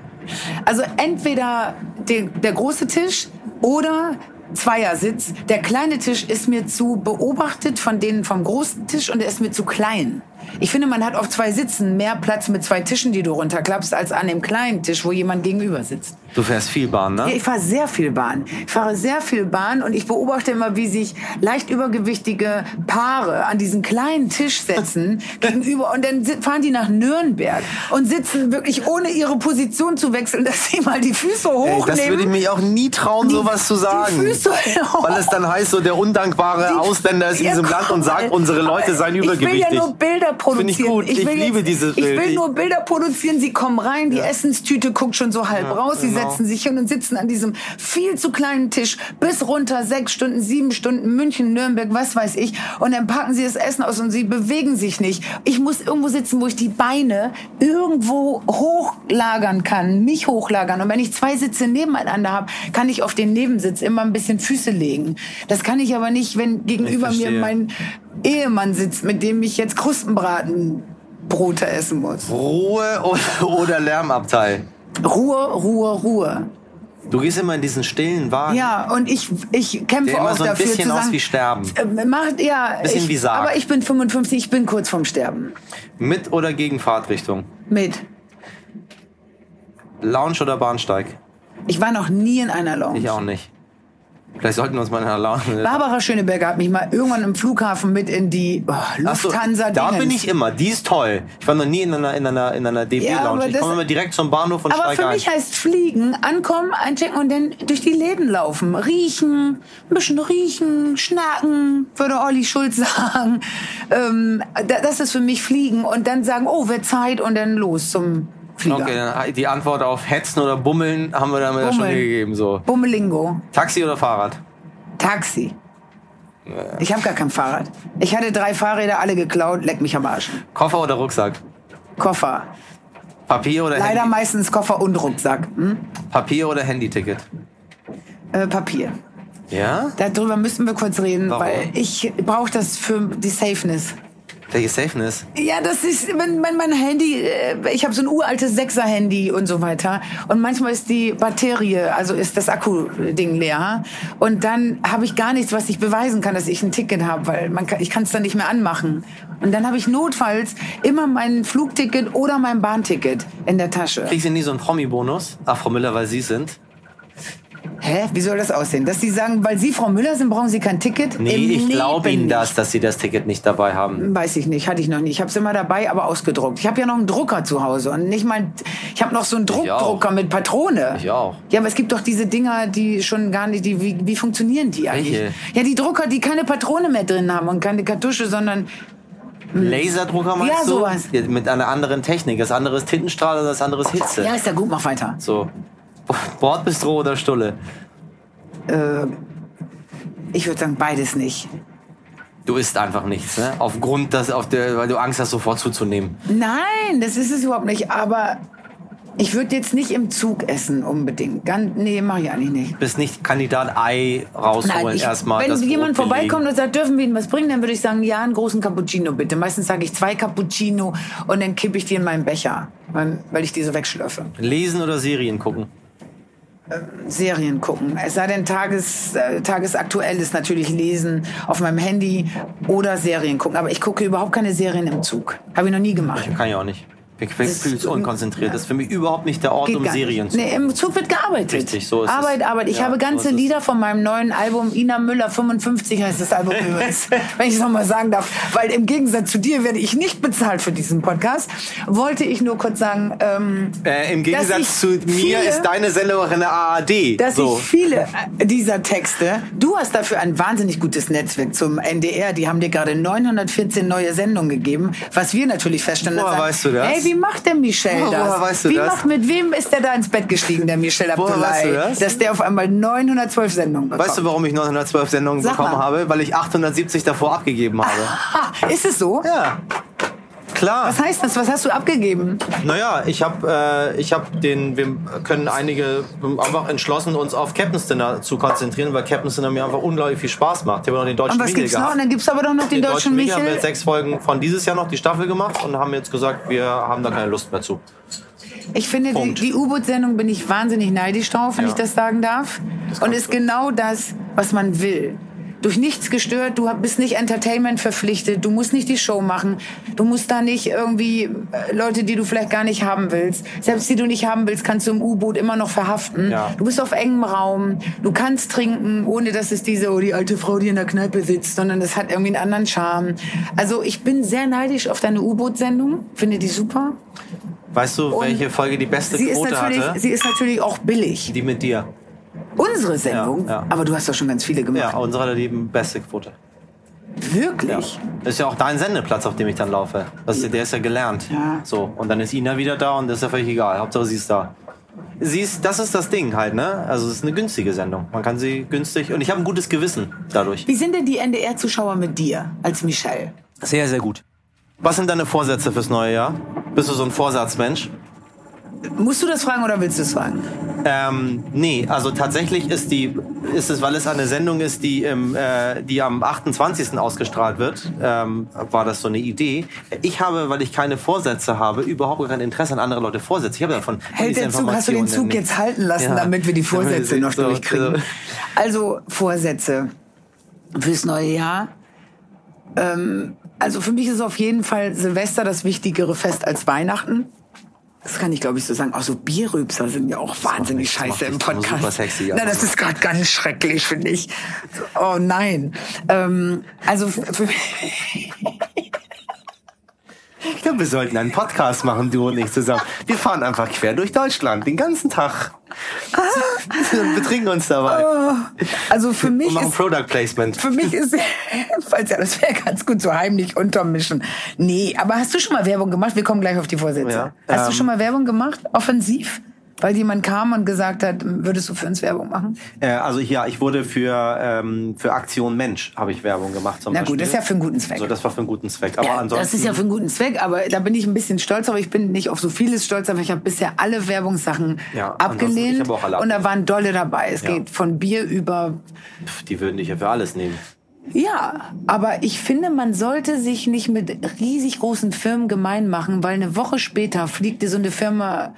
[SPEAKER 1] Also entweder der, der große Tisch oder Zweiersitz. Der kleine Tisch ist mir zu beobachtet von denen vom großen Tisch und der ist mir zu klein. Ich finde, man hat auf zwei Sitzen mehr Platz mit zwei Tischen, die du runterklappst, als an dem kleinen Tisch, wo jemand gegenüber sitzt.
[SPEAKER 2] Du fährst viel Bahn, ne?
[SPEAKER 1] Ja, ich fahre sehr viel Bahn. Ich fahre sehr viel Bahn und ich beobachte immer, wie sich leicht übergewichtige Paare an diesen kleinen Tisch setzen gegenüber und dann sit- fahren die nach Nürnberg und sitzen wirklich ohne ihre Position zu wechseln, dass sie mal die Füße
[SPEAKER 2] Ey,
[SPEAKER 1] hochnehmen.
[SPEAKER 2] das würde ich mich auch nie trauen,
[SPEAKER 1] Die-
[SPEAKER 2] sowas zu sagen.
[SPEAKER 1] die Füße hoch.
[SPEAKER 2] Weil es dann heißt, so der undankbare
[SPEAKER 1] Die-
[SPEAKER 2] Ausländer ist in
[SPEAKER 1] Ja,
[SPEAKER 2] diesem Land
[SPEAKER 1] guck
[SPEAKER 2] und sagt,
[SPEAKER 1] mal.
[SPEAKER 2] unsere Leute
[SPEAKER 1] Aber
[SPEAKER 2] seien
[SPEAKER 1] Ich will ja
[SPEAKER 2] übergewichtig.
[SPEAKER 1] nur Bilder Bilder produzieren.
[SPEAKER 2] ich gut. Ich liebe diese
[SPEAKER 1] Ich
[SPEAKER 2] Bilder.
[SPEAKER 1] will nur Bilder produzieren. Sie kommen rein, die Essenstüte guckt schon so halb raus. Sie setzen sich hin und sitzen an diesem viel zu kleinen Tisch bis runter sechs Stunden, sieben Stunden München, Nürnberg, was weiß ich. Und dann packen sie das Essen aus und sie bewegen sich nicht. Ich muss irgendwo sitzen, wo ich die Beine irgendwo hochlagern kann, mich hochlagern. Und wenn ich zwei Sitze nebeneinander habe, kann ich auf den Nebensitz immer ein bisschen Füße legen. Das kann ich aber nicht, wenn gegenüber mir
[SPEAKER 2] verstehe.
[SPEAKER 1] mein Ehemann sitzt, mit dem ich jetzt Krustenbratenbrote essen muss.
[SPEAKER 2] Ruhe oder, oder Lärmabteil.
[SPEAKER 1] Ruhe, Ruhe, Ruhe.
[SPEAKER 2] Du gehst immer in diesen stillen Wagen.
[SPEAKER 1] Ja, und ich, ich kämpfe
[SPEAKER 2] Der immer
[SPEAKER 1] auch
[SPEAKER 2] so ein
[SPEAKER 1] dafür
[SPEAKER 2] bisschen
[SPEAKER 1] zu
[SPEAKER 2] aus
[SPEAKER 1] sagen,
[SPEAKER 2] wie Sterben.
[SPEAKER 1] äh, Macht, ja,
[SPEAKER 2] Bisschen
[SPEAKER 1] ich,
[SPEAKER 2] wie Sarg.
[SPEAKER 1] aber ich bin 55, ich bin kurz vorm Sterben.
[SPEAKER 2] Mit oder gegen Fahrtrichtung?
[SPEAKER 1] Mit.
[SPEAKER 2] Lounge oder Bahnsteig?
[SPEAKER 1] Ich war noch nie in einer Lounge.
[SPEAKER 2] Ich auch nicht. Vielleicht sollten wir uns mal in einer Lounge.
[SPEAKER 1] Barbara Schöneberger hat mich mal irgendwann im Flughafen mit in die oh,
[SPEAKER 2] Ach so,
[SPEAKER 1] Lufthansa
[SPEAKER 2] da
[SPEAKER 1] Dingens.
[SPEAKER 2] bin ich immer. Die ist toll. Ich war noch nie in einer, in einer, in einer
[SPEAKER 1] Ja, aber
[SPEAKER 2] DB-Lounge. ich
[SPEAKER 1] das-
[SPEAKER 2] komme immer direkt zum Bahnhof und
[SPEAKER 1] Aber
[SPEAKER 2] steige
[SPEAKER 1] für
[SPEAKER 2] ein.
[SPEAKER 1] mich heißt fliegen, ankommen, einchecken und dann durch die Läden laufen. Riechen, ein bisschen riechen, schnacken, würde Olli Schulz sagen. Ähm, da- das ist für mich fliegen und dann sagen, oh, wird Zeit und dann los zum Flieger.
[SPEAKER 2] Okay, dann die Antwort auf Hetzen oder Bummeln haben wir damit ja schon
[SPEAKER 1] Bummeln.
[SPEAKER 2] gegeben. So.
[SPEAKER 1] Bummelingo,
[SPEAKER 2] Taxi oder Fahrrad?
[SPEAKER 1] Taxi. Ich habe gar kein Fahrrad. Ich hatte drei Fahrräder, alle geklaut, leck mich am Arsch.
[SPEAKER 2] Koffer oder Rucksack?
[SPEAKER 1] Koffer.
[SPEAKER 2] Papier oder
[SPEAKER 1] Leider
[SPEAKER 2] Handy?
[SPEAKER 1] meistens Koffer und Rucksack. Hm?
[SPEAKER 2] Papier oder Handyticket?
[SPEAKER 1] Äh, Papier.
[SPEAKER 2] Ja?
[SPEAKER 1] Darüber müssen wir kurz reden,
[SPEAKER 2] Warum?
[SPEAKER 1] weil ich brauche das für die Safeness.
[SPEAKER 2] Welches Safeness?
[SPEAKER 1] Ja, das ist, wenn, wenn mein Handy, äh, ich habe so ein uraltes 6er Handy und so weiter. Und manchmal ist die Batterie, also ist das Akku-Ding leer. Und dann habe ich gar nichts, was ich beweisen kann, dass ich ein Ticket habe, weil man kann, ich kann es dann nicht mehr anmachen. Und dann habe ich notfalls immer mein Flugticket oder mein Bahnticket in der Tasche.
[SPEAKER 2] Kriegst du nie so einen Promi-Bonus? Ach, Frau Müller, weil Sie sind.
[SPEAKER 1] Hä? Wie soll das aussehen? Dass sie sagen, weil Sie Frau Müller sind, brauchen Sie kein Ticket?
[SPEAKER 2] Nee,
[SPEAKER 1] Im
[SPEAKER 2] ich glaube
[SPEAKER 1] Leben
[SPEAKER 2] Ihnen
[SPEAKER 1] nicht. Mm,
[SPEAKER 2] das, dass Sie das Ticket nicht dabei haben.
[SPEAKER 1] Weiß ich nicht, hatte ich noch nicht. Ich habe es immer dabei, aber ausgedruckt. Ich habe ja noch einen Drucker zu Hause und nicht mal. Ich habe noch so einen Druckdrucker
[SPEAKER 2] auch.
[SPEAKER 1] mit Patrone.
[SPEAKER 2] Ich auch.
[SPEAKER 1] Ja, aber es gibt doch diese Dinger, die schon gar nicht. Die, wie, wie funktionieren die eigentlich?
[SPEAKER 2] Welche?
[SPEAKER 1] Ja, die Drucker, die keine Patrone mehr drin haben und keine Kartusche, sondern
[SPEAKER 2] Laserdrucker meinst
[SPEAKER 1] mm. Ja,
[SPEAKER 2] du?
[SPEAKER 1] sowas.
[SPEAKER 2] Ja, Mit einer anderen Technik. Das andere ist Tintenstrahler, das andere ist Hitze.
[SPEAKER 1] ja, ist ja gut, mach weiter.
[SPEAKER 2] So. Bo- Bordbistro oder Stulle?
[SPEAKER 1] Ich würde sagen, beides nicht.
[SPEAKER 2] Du isst einfach nichts, ne? Aufgrund, dass, auf der, weil du Angst hast, sofort zuzunehmen.
[SPEAKER 1] Nein, das ist es überhaupt nicht. Aber ich würde jetzt nicht im Zug essen unbedingt. Ganz, nee, mache ich eigentlich nicht.
[SPEAKER 2] Bist nicht Kandidat Ei rausholen
[SPEAKER 1] ich-
[SPEAKER 2] erstmal. das
[SPEAKER 1] Wenn jemand
[SPEAKER 2] Brot belegen.
[SPEAKER 1] vorbeikommt und sagt, dürfen wir Ihnen was bringen, dann würde ich sagen, ja, einen großen Cappuccino bitte. Meistens sage ich zwei Cappuccino und dann kippe ich die in meinen Becher, weil weil ich die so wegschlürfe.
[SPEAKER 2] Lesen oder Serien gucken?
[SPEAKER 1] Serien gucken. Es sei denn, Tages, äh, tagesaktuell ist natürlich lesen auf meinem Handy oder Serien gucken. Aber ich gucke überhaupt keine Serien im Zug. Habe ich noch nie gemacht.
[SPEAKER 2] Kann ich auch nicht. Ich bin
[SPEAKER 1] Das-
[SPEAKER 2] fühls unkonzentriert. Das ist für mich überhaupt nicht der Ort, um
[SPEAKER 1] gar
[SPEAKER 2] Serien
[SPEAKER 1] nicht.
[SPEAKER 2] zu
[SPEAKER 1] Nee, im Zug wird gearbeitet.
[SPEAKER 2] Richtig, so ist es.
[SPEAKER 1] Arbeit, Arbeit. Ich
[SPEAKER 2] Ja,
[SPEAKER 1] habe
[SPEAKER 2] so
[SPEAKER 1] ganze
[SPEAKER 2] ist es.
[SPEAKER 1] Lieder von meinem neuen Album Ina Müller 55 heißt das Album übrigens, wenn ich es nochmal sagen darf. Weil im Gegensatz zu dir werde ich nicht bezahlt für diesen Podcast. Wollte ich nur kurz sagen, ähm,
[SPEAKER 2] Äh, Im
[SPEAKER 1] dass ich
[SPEAKER 2] Gegensatz zu mir
[SPEAKER 1] viele-
[SPEAKER 2] ist deine Sendung auch in der ARD.
[SPEAKER 1] dass
[SPEAKER 2] so.
[SPEAKER 1] ich viele äh, dieser Texte, du hast dafür ein wahnsinnig gutes Netzwerk zum NDR, die haben dir gerade 914 neue Sendungen gegeben, was wir natürlich feststellen.
[SPEAKER 2] Woher
[SPEAKER 1] sagen,
[SPEAKER 2] weißt du das?
[SPEAKER 1] Hey, wie macht der Michel
[SPEAKER 2] Woher-
[SPEAKER 1] das?
[SPEAKER 2] woher weißt du
[SPEAKER 1] wie
[SPEAKER 2] das?
[SPEAKER 1] Macht, mit wem ist der da ins Bett gestiegen, der Michel
[SPEAKER 2] Woher weißt du
[SPEAKER 1] Abdullahi,
[SPEAKER 2] das?
[SPEAKER 1] dass der auf einmal 912 Sendungen bekommt?
[SPEAKER 2] weißt du, warum ich 912 Sendungen
[SPEAKER 1] Sag
[SPEAKER 2] bekommen
[SPEAKER 1] mal.
[SPEAKER 2] habe? Weil ich 870 davor abgegeben habe.
[SPEAKER 1] ha, Ah, ist es so?
[SPEAKER 2] ja. Klar.
[SPEAKER 1] Was heißt das? Was hast du abgegeben?
[SPEAKER 2] Naja, ich habe äh, ich hab den, wir können einige einfach entschlossen uns auf Captain's Dinner zu konzentrieren, weil Captain's Dinner mir einfach unglaublich viel Spaß macht. Ich habe noch den
[SPEAKER 1] Und
[SPEAKER 2] deutschen
[SPEAKER 1] was
[SPEAKER 2] Michel
[SPEAKER 1] gibt's noch?
[SPEAKER 2] gehabt.
[SPEAKER 1] Und dann gibt's aber doch noch den, deutschen
[SPEAKER 2] Michel haben wir
[SPEAKER 1] Michel.
[SPEAKER 2] jetzt sechs Folgen von dieses Jahr noch die Staffel gemacht und haben jetzt gesagt, wir haben da keine Lust mehr zu.
[SPEAKER 1] Ich finde, die,
[SPEAKER 2] Punkt.
[SPEAKER 1] die U-Boot-Sendung bin ich wahnsinnig neidisch drauf, wenn
[SPEAKER 2] Ja.
[SPEAKER 1] ich das sagen darf. Und ist genau das, was man will. Durch nichts gestört, du bist nicht Entertainment verpflichtet, du musst nicht die Show machen, du musst da nicht irgendwie äh, Leute, die du vielleicht gar nicht haben willst, selbst die du nicht haben willst, kannst du im U-Boot immer noch verhaften.
[SPEAKER 2] Ja.
[SPEAKER 1] Du bist auf engem Raum, du kannst trinken, ohne dass es diese, oh, die alte Frau, die in der Kneipe sitzt, sondern es hat irgendwie einen anderen Charme. Also ich bin sehr neidisch auf deine U-Boot-Sendung, finde die super.
[SPEAKER 2] Weißt du, welche Folge die beste
[SPEAKER 1] Sie ist,
[SPEAKER 2] Quote hatte?
[SPEAKER 1] natürlich, sie ist natürlich auch billig.
[SPEAKER 2] Die mit dir.
[SPEAKER 1] Unsere Sendung,
[SPEAKER 2] Ja, ja.
[SPEAKER 1] aber du hast doch schon ganz viele
[SPEAKER 2] Ja,
[SPEAKER 1] gemacht.
[SPEAKER 2] unsere lieben beste Quote.
[SPEAKER 1] Wirklich?
[SPEAKER 2] Das ist ja auch dein Sendeplatz, auf dem ich dann laufe. Das ist, der ist ja gelernt.
[SPEAKER 1] Ja.
[SPEAKER 2] So, und dann ist Ina wieder da und das ist ja völlig egal. Hauptsache sie ist da. Sie ist, das ist das Ding halt, ne? Also es ist eine günstige Sendung. Man kann sie günstig und ich habe ein gutes Gewissen dadurch.
[SPEAKER 1] Wie sind denn die NDR-Zuschauer mit dir als Michelle?
[SPEAKER 2] Sehr, sehr gut. Was sind deine Vorsätze fürs neue Jahr? Bist du so ein Vorsatzmensch?
[SPEAKER 1] Musst du das fragen oder willst du es fragen?
[SPEAKER 2] Ähm, nee, also tatsächlich ist die, ist es, weil es eine Sendung ist, die im, äh, die am 28. ausgestrahlt wird, ähm, war das so eine Idee. Ich habe, weil ich keine Vorsätze habe, überhaupt gar kein Interesse an andere Leute Vorsätze. Ich habe davon
[SPEAKER 1] Hält der Zug, hast du den Zug jetzt halten lassen,
[SPEAKER 2] Ja.
[SPEAKER 1] damit wir die Vorsätze noch
[SPEAKER 2] So,
[SPEAKER 1] durchkriegen?
[SPEAKER 2] so.
[SPEAKER 1] Also Vorsätze fürs neue Jahr. Ähm, also für mich ist auf jeden Fall Silvester das wichtigere Fest als Weihnachten. Das kann ich, glaube ich, so sagen. Auch so Bierrübser sind ja auch wahnsinnig
[SPEAKER 2] nichts, macht
[SPEAKER 1] scheiße im
[SPEAKER 2] nichts, aber
[SPEAKER 1] Podcast.
[SPEAKER 2] super sexy, also. ja.
[SPEAKER 1] Nein, das ist gerade ganz schrecklich, finde ich. So, Oh nein. Ähm, also f- für mich...
[SPEAKER 2] Ich glaube, wir sollten einen Podcast machen, du und ich zusammen. Wir fahren einfach quer durch Deutschland, den ganzen Tag.
[SPEAKER 1] Ah.
[SPEAKER 2] Und betrinken uns dabei.
[SPEAKER 1] Also für
[SPEAKER 2] Und
[SPEAKER 1] mich
[SPEAKER 2] machen
[SPEAKER 1] ist
[SPEAKER 2] Product Placement.
[SPEAKER 1] Für mich ist, falls ja, das wäre ganz gut, so heimlich untermischen. Nee, aber hast du schon mal Werbung gemacht? Wir kommen gleich auf die Vorsätze.
[SPEAKER 2] Ja,
[SPEAKER 1] hast
[SPEAKER 2] ähm,
[SPEAKER 1] du schon mal Werbung gemacht? Offensiv? Weil jemand kam und gesagt hat, würdest du für uns Werbung machen?
[SPEAKER 2] Äh, also ich- ja, ich wurde für, ähm, für Aktion Mensch habe ich Werbung gemacht zum
[SPEAKER 1] Na
[SPEAKER 2] Beispiel.
[SPEAKER 1] gut, das ist ja für einen guten Zweck.
[SPEAKER 2] So, das war für einen guten Zweck. Aber
[SPEAKER 1] Ja,
[SPEAKER 2] ansonsten.
[SPEAKER 1] das ist ja für einen guten Zweck, aber da bin ich ein bisschen stolz, aber ich bin nicht auf so vieles stolz, aber ich habe bisher alle Werbungssachen
[SPEAKER 2] Ja, ansonsten, ich
[SPEAKER 1] abgelehnt
[SPEAKER 2] habe auch alle
[SPEAKER 1] und da
[SPEAKER 2] abgelehnt.
[SPEAKER 1] waren dolle dabei. Es
[SPEAKER 2] Ja.
[SPEAKER 1] geht von Bier über
[SPEAKER 2] Pff, die würden dich ja für alles nehmen.
[SPEAKER 1] Ja, aber ich finde, man sollte sich nicht mit riesig großen Firmen gemein machen, weil eine Woche später fliegt dir so eine Firma,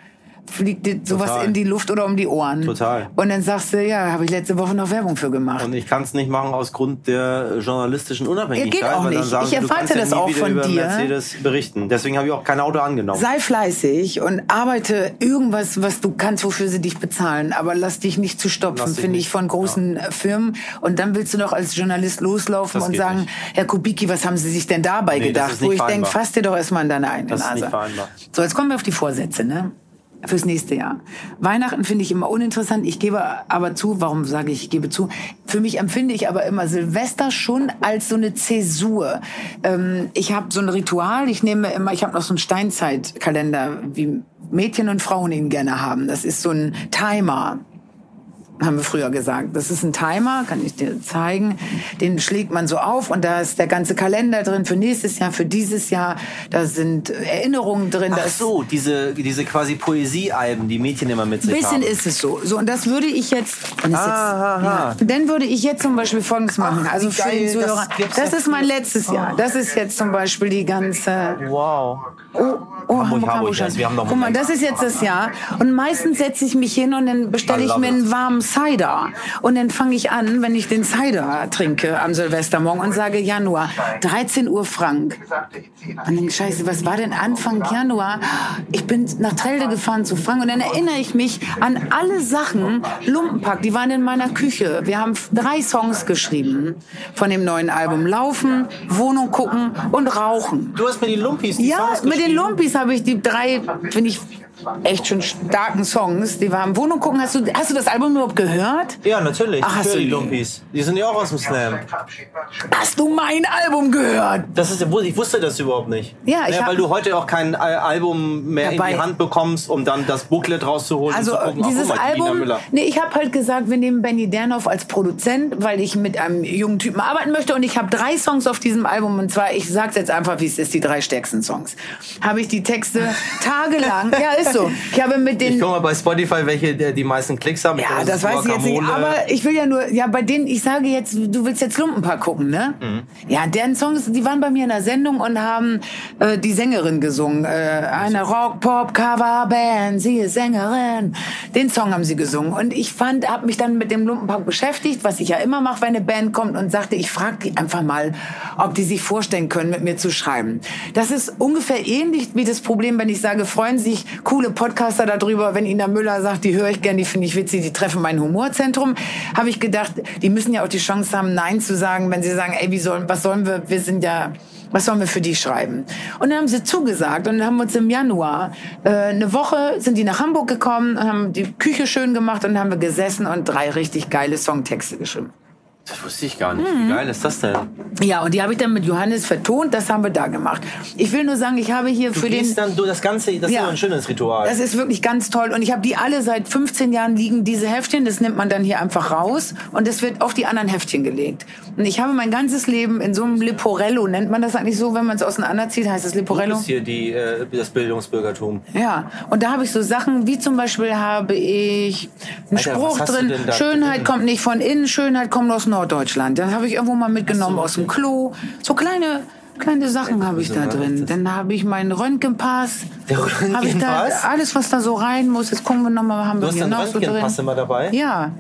[SPEAKER 1] fliegt dir sowas
[SPEAKER 2] Total.
[SPEAKER 1] in die Luft oder um die Ohren.
[SPEAKER 2] Total.
[SPEAKER 1] Und dann sagst du, ja, habe ich letzte Woche noch Werbung für gemacht.
[SPEAKER 2] Und ich kann es nicht machen aus Grund der journalistischen Unabhängigkeit.
[SPEAKER 1] Ja, geht auch
[SPEAKER 2] weil
[SPEAKER 1] nicht.
[SPEAKER 2] Dann sagen,
[SPEAKER 1] Ich
[SPEAKER 2] sie, du
[SPEAKER 1] erwarte
[SPEAKER 2] kannst ja
[SPEAKER 1] das
[SPEAKER 2] nie
[SPEAKER 1] auch
[SPEAKER 2] wieder
[SPEAKER 1] von
[SPEAKER 2] über
[SPEAKER 1] dir.
[SPEAKER 2] Mercedes berichten. Deswegen habe ich auch kein Auto angenommen.
[SPEAKER 1] Sei fleißig und arbeite irgendwas, was du kannst, wofür sie dich bezahlen. Aber lass dich nicht zu stopfen,
[SPEAKER 2] Lass dich
[SPEAKER 1] finde ich,
[SPEAKER 2] nicht,
[SPEAKER 1] von großen äh, Firmen. Und dann willst du noch als Journalist loslaufen
[SPEAKER 2] Das
[SPEAKER 1] und
[SPEAKER 2] geht
[SPEAKER 1] sagen,
[SPEAKER 2] nicht.
[SPEAKER 1] Herr Kubicki, was haben Sie sich denn dabei
[SPEAKER 2] Nee, das
[SPEAKER 1] gedacht?
[SPEAKER 2] ist nicht
[SPEAKER 1] Wo ich denke,
[SPEAKER 2] vereinbar.
[SPEAKER 1] fass dir doch erstmal in deine eigene
[SPEAKER 2] Das ist
[SPEAKER 1] Nase.
[SPEAKER 2] nicht vereinbar.
[SPEAKER 1] So, jetzt kommen wir auf die Vorsätze, ne? Fürs nächste Jahr. Weihnachten finde ich immer uninteressant. Ich gebe aber zu, warum sage ich, ich gebe zu? Für mich empfinde ich aber immer Silvester schon als so eine Zäsur. Ähm, ich habe so ein Ritual, ich nehme immer, ich habe noch so einen Steinzeitkalender, wie Mädchen und Frauen ihn gerne haben. Das ist so ein Timer haben wir früher gesagt. Das ist ein Timer, kann ich dir zeigen. Den schlägt man so auf und da ist der ganze Kalender drin für nächstes Jahr, für dieses Jahr. Da sind Erinnerungen drin. da
[SPEAKER 2] Ach
[SPEAKER 1] ist-
[SPEAKER 2] so, diese, diese quasi Poesiealben, die Mädchen immer mit sich
[SPEAKER 1] Bisschen
[SPEAKER 2] haben.
[SPEAKER 1] ist es so. So, und das würde ich jetzt. Und ist
[SPEAKER 2] Ah,
[SPEAKER 1] jetzt
[SPEAKER 2] ha, ha.
[SPEAKER 1] Dann würde ich jetzt zum Beispiel Folgendes machen. also für
[SPEAKER 2] geil,
[SPEAKER 1] den Zuhörer.
[SPEAKER 2] das
[SPEAKER 1] Das,
[SPEAKER 2] gibt's ja
[SPEAKER 1] ist mein letztes Jahr. Das ist jetzt zum Beispiel die ganze.
[SPEAKER 2] Wow.
[SPEAKER 1] Oh, oh Hamburg, Hamburg,
[SPEAKER 2] Hamburg,
[SPEAKER 1] schon.
[SPEAKER 2] ja, wir haben noch
[SPEAKER 1] Guck mal,
[SPEAKER 2] Moment.
[SPEAKER 1] das ist jetzt das Jahr. Und meistens setze ich mich hin und dann bestelle
[SPEAKER 2] I
[SPEAKER 1] ich
[SPEAKER 2] love
[SPEAKER 1] mir
[SPEAKER 2] it.
[SPEAKER 1] einen warmen Cider. Und dann fange ich an, wenn ich den Cider trinke am Silvestermorgen und sage Januar, 13 Uhr Frank. Und dann, scheiße, was war denn Anfang Januar? Ich bin nach Telde gefahren zu Frank und dann erinnere ich mich an alle Sachen. Lumpenpack, die waren in meiner Küche. Wir haben drei Songs geschrieben von dem neuen Album. Laufen, Wohnung gucken und Rauchen.
[SPEAKER 2] Du hast mir die Lumpis die
[SPEAKER 1] Ja,
[SPEAKER 2] Songs
[SPEAKER 1] mit den
[SPEAKER 2] geschrieben.
[SPEAKER 1] Lumpis habe ich die drei, finde ich, echt schon starken Songs. Die waren Wohnung gucken. Hast du, hast du das Album überhaupt gehört?
[SPEAKER 2] Ja, natürlich.
[SPEAKER 1] Ach, hast
[SPEAKER 2] ich höre
[SPEAKER 1] du
[SPEAKER 2] die
[SPEAKER 1] die?
[SPEAKER 2] Lumpis. Die sind ja auch aus dem Slam.
[SPEAKER 1] Hast du mein Album gehört?
[SPEAKER 2] Das ist, ich wusste das überhaupt nicht.
[SPEAKER 1] Ja, ich
[SPEAKER 2] naja,
[SPEAKER 1] hab-
[SPEAKER 2] weil du heute auch kein äh, Album mehr in
[SPEAKER 1] Dabei-
[SPEAKER 2] die Hand bekommst, um dann das Booklet rauszuholen.
[SPEAKER 1] Also
[SPEAKER 2] und zu gucken, ach,
[SPEAKER 1] dieses
[SPEAKER 2] guck mal, die Ina
[SPEAKER 1] Album,
[SPEAKER 2] Müller.
[SPEAKER 1] nee, ich habe halt gesagt, wir nehmen Benny Dernoff als Produzent, weil ich mit einem jungen Typen arbeiten möchte und ich habe drei Songs auf diesem Album und zwar, ich sag's jetzt einfach, wie es ist, die drei stärksten Songs. Habe ich die Texte tagelang, ja ist so, ich habe mit
[SPEAKER 2] Ich
[SPEAKER 1] den
[SPEAKER 2] guck mal bei Spotify, welche der die meisten Klicks haben. Ich
[SPEAKER 1] Ja,
[SPEAKER 2] glaub,
[SPEAKER 1] das
[SPEAKER 2] ist
[SPEAKER 1] weiß ich jetzt nicht.
[SPEAKER 2] Guacamole.
[SPEAKER 1] Aber ich will ja nur, ja, bei denen, ich sage jetzt, du willst jetzt Lumpenpaar gucken, ne? Ja, deren Songs, die waren bei mir in der Sendung und haben äh, die Sängerin gesungen. Äh, eine Rock-Pop-Cover-Band, sie ist Sängerin. Den Song haben sie gesungen. Und ich fand, habe mich dann mit dem Lumpenpack beschäftigt, was ich ja immer mache, wenn eine Band kommt und sagte, ich frage die einfach mal, ob die sich vorstellen können, mit mir zu schreiben. Das ist ungefähr ähnlich wie das Problem, wenn ich sage, freuen sich coole Podcaster darüber, wenn Ina Müller sagt, die höre ich gern, die finde ich witzig, die treffen mein Humorzentrum. Habe ich gedacht, die müssen ja auch die Chance haben, Nein zu sagen, wenn sie sagen, ey, wie sollen, was sollen wir, wir sind ja, was sollen wir für die schreiben? Und dann haben sie zugesagt und dann haben wir uns im Januar äh, eine Woche sind die nach Hamburg gekommen, und haben die Küche schön gemacht und haben wir gesessen und drei richtig geile Songtexte geschrieben.
[SPEAKER 2] Das wusste ich gar nicht.
[SPEAKER 1] Mhm.
[SPEAKER 2] Wie geil ist das denn?
[SPEAKER 1] Ja, und die habe ich dann mit Johannes vertont, das haben wir da gemacht. Ich will nur sagen, ich habe hier für den...
[SPEAKER 2] Gehst dann du das Ganze, das
[SPEAKER 1] Ja.
[SPEAKER 2] ist doch ein schönes Ritual.
[SPEAKER 1] Das ist wirklich ganz toll. Und ich habe die alle seit 15 Jahren liegen, diese Heftchen. Das nimmt man dann hier einfach raus und das wird auf die anderen Heftchen gelegt. Und ich habe mein ganzes Leben in so einem Liporello, nennt man das eigentlich so, wenn man es auseinanderzieht, heißt es
[SPEAKER 2] Das
[SPEAKER 1] Liporello?
[SPEAKER 2] ist hier die, äh, das Bildungsbürgertum.
[SPEAKER 1] Ja, und da habe ich so Sachen, wie zum Beispiel habe ich einen
[SPEAKER 2] Alter,
[SPEAKER 1] Spruch
[SPEAKER 2] was hast du
[SPEAKER 1] drin,
[SPEAKER 2] denn da
[SPEAKER 1] Schönheit
[SPEAKER 2] drin?
[SPEAKER 1] kommt nicht von innen, Schönheit kommt aus Norddeutschland. Das habe ich irgendwo mal mitgenommen aus dem Klo. So kleine... Kleine Sachen habe ich da drin. Dann habe ich meinen Röntgenpass.
[SPEAKER 2] Der
[SPEAKER 1] Habe ich da
[SPEAKER 2] Röntgenpass?
[SPEAKER 1] alles, was da so rein muss. Jetzt gucken wir nochmal, haben
[SPEAKER 2] Du
[SPEAKER 1] wir
[SPEAKER 2] hast
[SPEAKER 1] hier
[SPEAKER 2] einen
[SPEAKER 1] noch so drin.
[SPEAKER 2] Röntgenpass immer dabei?
[SPEAKER 1] Ja.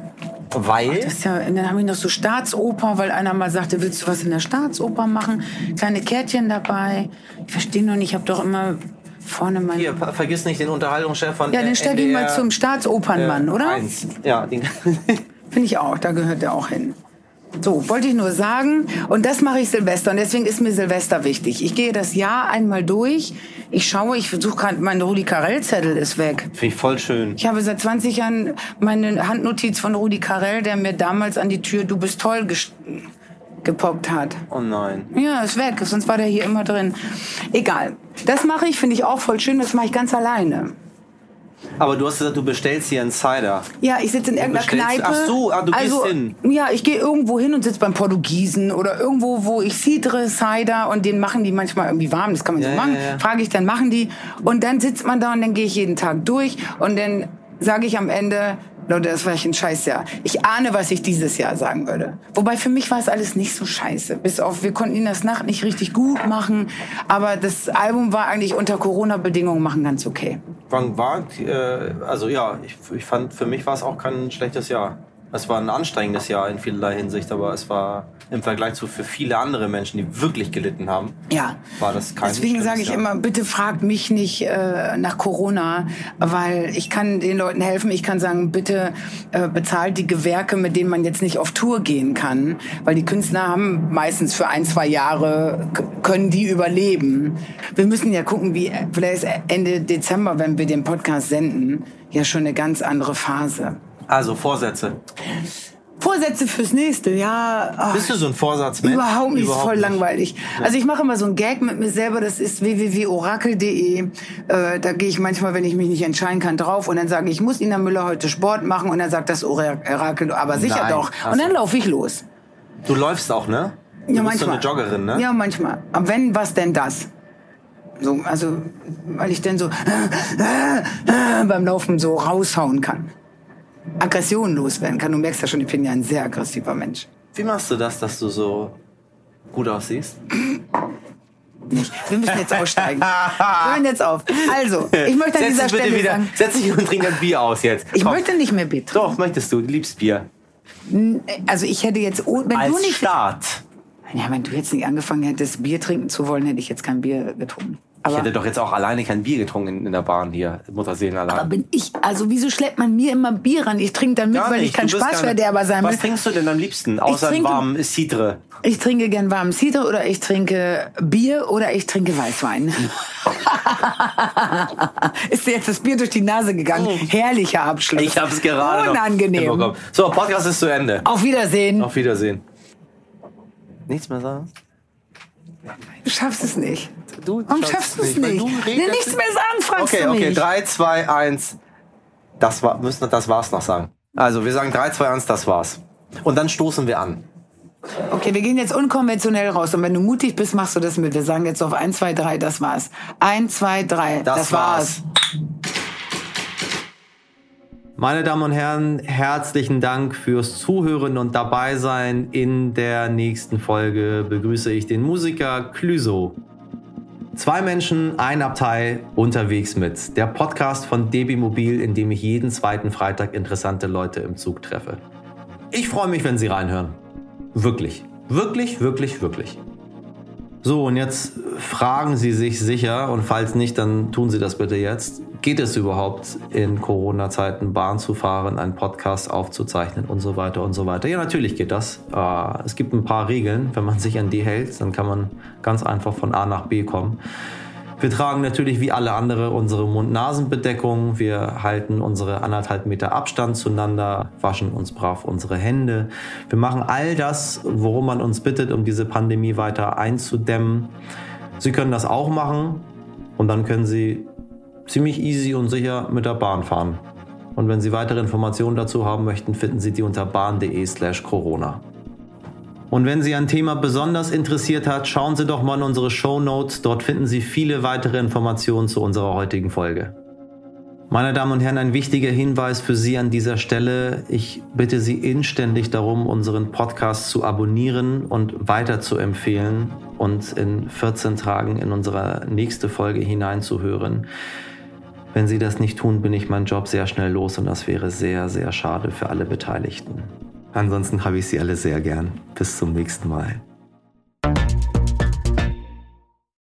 [SPEAKER 2] Weil?
[SPEAKER 1] Das ist ja, und dann habe ich noch so Staatsoper, weil einer mal sagte, willst du was in der Staatsoper machen? Kleine Kärtchen dabei. Ich verstehe noch nicht, ich habe doch immer vorne mein...
[SPEAKER 2] Hier, pa- vergiss nicht den Unterhaltungschef von
[SPEAKER 1] ja, dann stell dich mal
[SPEAKER 2] NDR,
[SPEAKER 1] zum
[SPEAKER 2] äh,
[SPEAKER 1] Staatsopernmann, oder?
[SPEAKER 2] Eins. Ja, den,
[SPEAKER 1] Finde ich auch, da gehört er auch hin. So, wollte ich nur sagen. Und das mache ich Silvester. Und deswegen ist mir Silvester wichtig. Ich gehe das Jahr einmal durch. Ich schaue, ich versuche gerade, mein Rudi Carell-Zettel ist weg.
[SPEAKER 2] finde ich voll schön.
[SPEAKER 1] Ich habe seit 20 Jahren meine Handnotiz von Rudi Carell, der mir damals an die Tür Du bist toll ges- gepoppt hat.
[SPEAKER 2] Oh nein.
[SPEAKER 1] Ja, ist weg, sonst war der hier immer drin. Egal. Das mache ich, finde ich auch voll schön, das mache ich ganz alleine.
[SPEAKER 2] Aber du hast gesagt, du bestellst hier einen Cider.
[SPEAKER 1] Ja, ich sitze in irgendeiner
[SPEAKER 2] bestellst-
[SPEAKER 1] Kneipe.
[SPEAKER 2] Ach so, ah, du gehst
[SPEAKER 1] also,
[SPEAKER 2] hin.
[SPEAKER 1] Ja, ich gehe irgendwo hin und sitze beim Portugiesen oder irgendwo, wo ich Cidre, Cider und den machen die manchmal irgendwie warm, das kann man
[SPEAKER 2] Ja,
[SPEAKER 1] so machen.
[SPEAKER 2] ja, ja.
[SPEAKER 1] Frage ich, dann machen die. Und dann sitzt man da und dann gehe ich jeden Tag durch und dann sage ich am Ende, Leute, das war echt ein Scheißjahr. Ich ahne, was ich dieses Jahr sagen würde. Wobei für mich war es alles nicht so scheiße. Bis auf, wir konnten ihn das Nacht nicht richtig gut machen, aber das Album war eigentlich unter Corona-Bedingungen machen ganz okay.
[SPEAKER 2] Wann war, äh, also ja, ich, ich fand, für mich war es auch kein schlechtes Jahr. Es war ein anstrengendes Jahr in vielerlei Hinsicht, aber es war im Vergleich zu für viele andere Menschen, die wirklich gelitten haben,
[SPEAKER 1] Ja.
[SPEAKER 2] war das kein
[SPEAKER 1] Deswegen
[SPEAKER 2] schlimmes
[SPEAKER 1] sage ich
[SPEAKER 2] Jahr.
[SPEAKER 1] immer, bitte fragt mich nicht äh, nach Corona, weil ich kann den Leuten helfen. Ich kann sagen, bitte äh, bezahlt die Gewerke, mit denen man jetzt nicht auf Tour gehen kann, weil die Künstler haben meistens für ein, zwei Jahre, k- können die überleben. Wir müssen ja gucken, wie, vielleicht ist Ende Dezember, wenn wir den Podcast senden, ja schon eine ganz andere Phase.
[SPEAKER 2] Also Vorsätze.
[SPEAKER 1] Vorsätze fürs nächste Jahr. ach,
[SPEAKER 2] Bist du so ein Vorsatzmensch?
[SPEAKER 1] Überhaupt nicht, ist voll
[SPEAKER 2] Ne? nicht.
[SPEAKER 1] langweilig. Also ich mache immer so einen Gag mit mir selber, das ist www.orakel.de. Äh, da gehe ich manchmal, wenn ich mich nicht entscheiden kann, drauf und dann sage ich, ich muss Ina Müller heute Sport machen und dann sagt das Ora- Orakel, aber sicher
[SPEAKER 2] Nein.
[SPEAKER 1] doch.
[SPEAKER 2] Ach
[SPEAKER 1] Und
[SPEAKER 2] so.
[SPEAKER 1] dann laufe ich los.
[SPEAKER 2] Du läufst auch, ne? Du bist so eine Joggerin, ne?
[SPEAKER 1] Ja, manchmal. Aber wenn, was denn das? So, also, weil ich dann so beim Laufen so raushauen kann. Aggressionen loswerden kann. Du merkst ja schon, ich bin ja ein sehr aggressiver Mensch.
[SPEAKER 2] Wie machst du das, dass du so gut aussiehst?
[SPEAKER 1] nicht. Wir müssen jetzt aussteigen. Wir hören jetzt auf. Also, ich möchte an
[SPEAKER 2] setz
[SPEAKER 1] dieser
[SPEAKER 2] dich bitte
[SPEAKER 1] Stelle
[SPEAKER 2] wieder,
[SPEAKER 1] sagen,
[SPEAKER 2] setz dich und trink ein Bier aus jetzt.
[SPEAKER 1] ich
[SPEAKER 2] Komm.
[SPEAKER 1] möchte nicht mehr Bier trinken.
[SPEAKER 2] Doch, möchtest du, du liebst Bier.
[SPEAKER 1] Also ich hätte jetzt, oh- wenn du
[SPEAKER 2] Als
[SPEAKER 1] nicht,
[SPEAKER 2] Start.
[SPEAKER 1] ja, wenn du jetzt nicht angefangen hättest, Bier trinken zu wollen, hätte ich jetzt kein Bier getrunken.
[SPEAKER 2] Ich
[SPEAKER 1] Aber,
[SPEAKER 2] hätte doch jetzt auch alleine kein Bier getrunken in, in der Bahn hier, Mutterseelen
[SPEAKER 1] aber
[SPEAKER 2] allein.
[SPEAKER 1] bin ich, also wieso schleppt man mir immer Bier ran? Ich trinke dann mit, weil ich kein Spaßverderber sein
[SPEAKER 2] Was
[SPEAKER 1] will.
[SPEAKER 2] trinkst du denn am liebsten, außer einen
[SPEAKER 1] trinke-
[SPEAKER 2] warmen Cidre?
[SPEAKER 1] Ich trinke gern warmen Cider oder ich trinke Bier oder ich trinke Weißwein.
[SPEAKER 2] Hm.
[SPEAKER 1] Ist dir jetzt das Bier durch die Nase gegangen? Herrlicher Abschluss.
[SPEAKER 2] Hm. Ich hab's gerade
[SPEAKER 1] Unangenehm.
[SPEAKER 2] Noch hinbekommen. so, Podcast ist zu Ende.
[SPEAKER 1] Auf Wiedersehen.
[SPEAKER 2] Auf Wiedersehen. Nichts mehr sagen?
[SPEAKER 1] Du schaffst es nicht.
[SPEAKER 2] Du
[SPEAKER 1] Warum schaffst du es
[SPEAKER 2] weil
[SPEAKER 1] nicht?
[SPEAKER 2] du
[SPEAKER 1] Nee,
[SPEAKER 2] redest
[SPEAKER 1] nichts mehr sagen, fragst
[SPEAKER 2] Okay,
[SPEAKER 1] du
[SPEAKER 2] okay,
[SPEAKER 1] mich.
[SPEAKER 2] 3, 2, 1. Das, war, müssen, wir- das war's noch sagen. Also, wir sagen 3, 2, 1, das war's. Und dann stoßen wir an.
[SPEAKER 1] Okay, wir gehen jetzt unkonventionell raus. Und wenn du mutig bist, machst du das mit. Wir sagen jetzt auf 1, 2, 3, das war's. 1, 2, 3, das, war's.
[SPEAKER 2] Meine Damen und Herren, herzlichen Dank fürs Zuhören und Dabeisein. In der nächsten Folge begrüße ich den Musiker Clüso. Zwei Menschen, ein Abteil, unterwegs mit. Der Podcast von DB Mobil, in dem ich jeden zweiten Freitag interessante Leute im Zug treffe. Ich freue mich, wenn Sie reinhören. Wirklich. Wirklich, wirklich, wirklich. So, und jetzt fragen Sie sich sicher, und falls nicht, dann tun Sie das bitte jetzt. Geht es überhaupt in Corona-Zeiten, Bahn zu fahren, einen Podcast aufzuzeichnen und so weiter und so weiter? Ja, natürlich geht das. Äh, Es gibt ein paar Regeln. Wenn man sich an die hält, dann kann man ganz einfach von A nach B kommen. Wir tragen natürlich wie alle andere unsere Mund-Nasen-Bedeckung. Wir halten unsere anderthalb Meter Abstand zueinander, waschen uns brav unsere Hände. Wir machen all das, worum man uns bittet, um diese Pandemie weiter einzudämmen. Sie können das auch machen und dann können Sie ziemlich easy und sicher mit der Bahn fahren. Und wenn Sie weitere Informationen dazu haben möchten, finden Sie die unter bahn.de/slash Corona. Und wenn Sie ein Thema besonders interessiert hat, schauen Sie doch mal in unsere Show Notes. Dort finden Sie viele weitere Informationen zu unserer heutigen Folge. Meine Damen und Herren, ein wichtiger Hinweis für Sie an dieser Stelle. Ich bitte Sie inständig darum, unseren Podcast zu abonnieren und weiter zu empfehlen und in 14 Tagen in unsere nächste Folge hineinzuhören. Wenn Sie das nicht tun, bin ich meinen Job sehr schnell los und das wäre sehr, sehr schade für alle Beteiligten. Ansonsten habe ich Sie alle sehr gern. Bis zum nächsten Mal.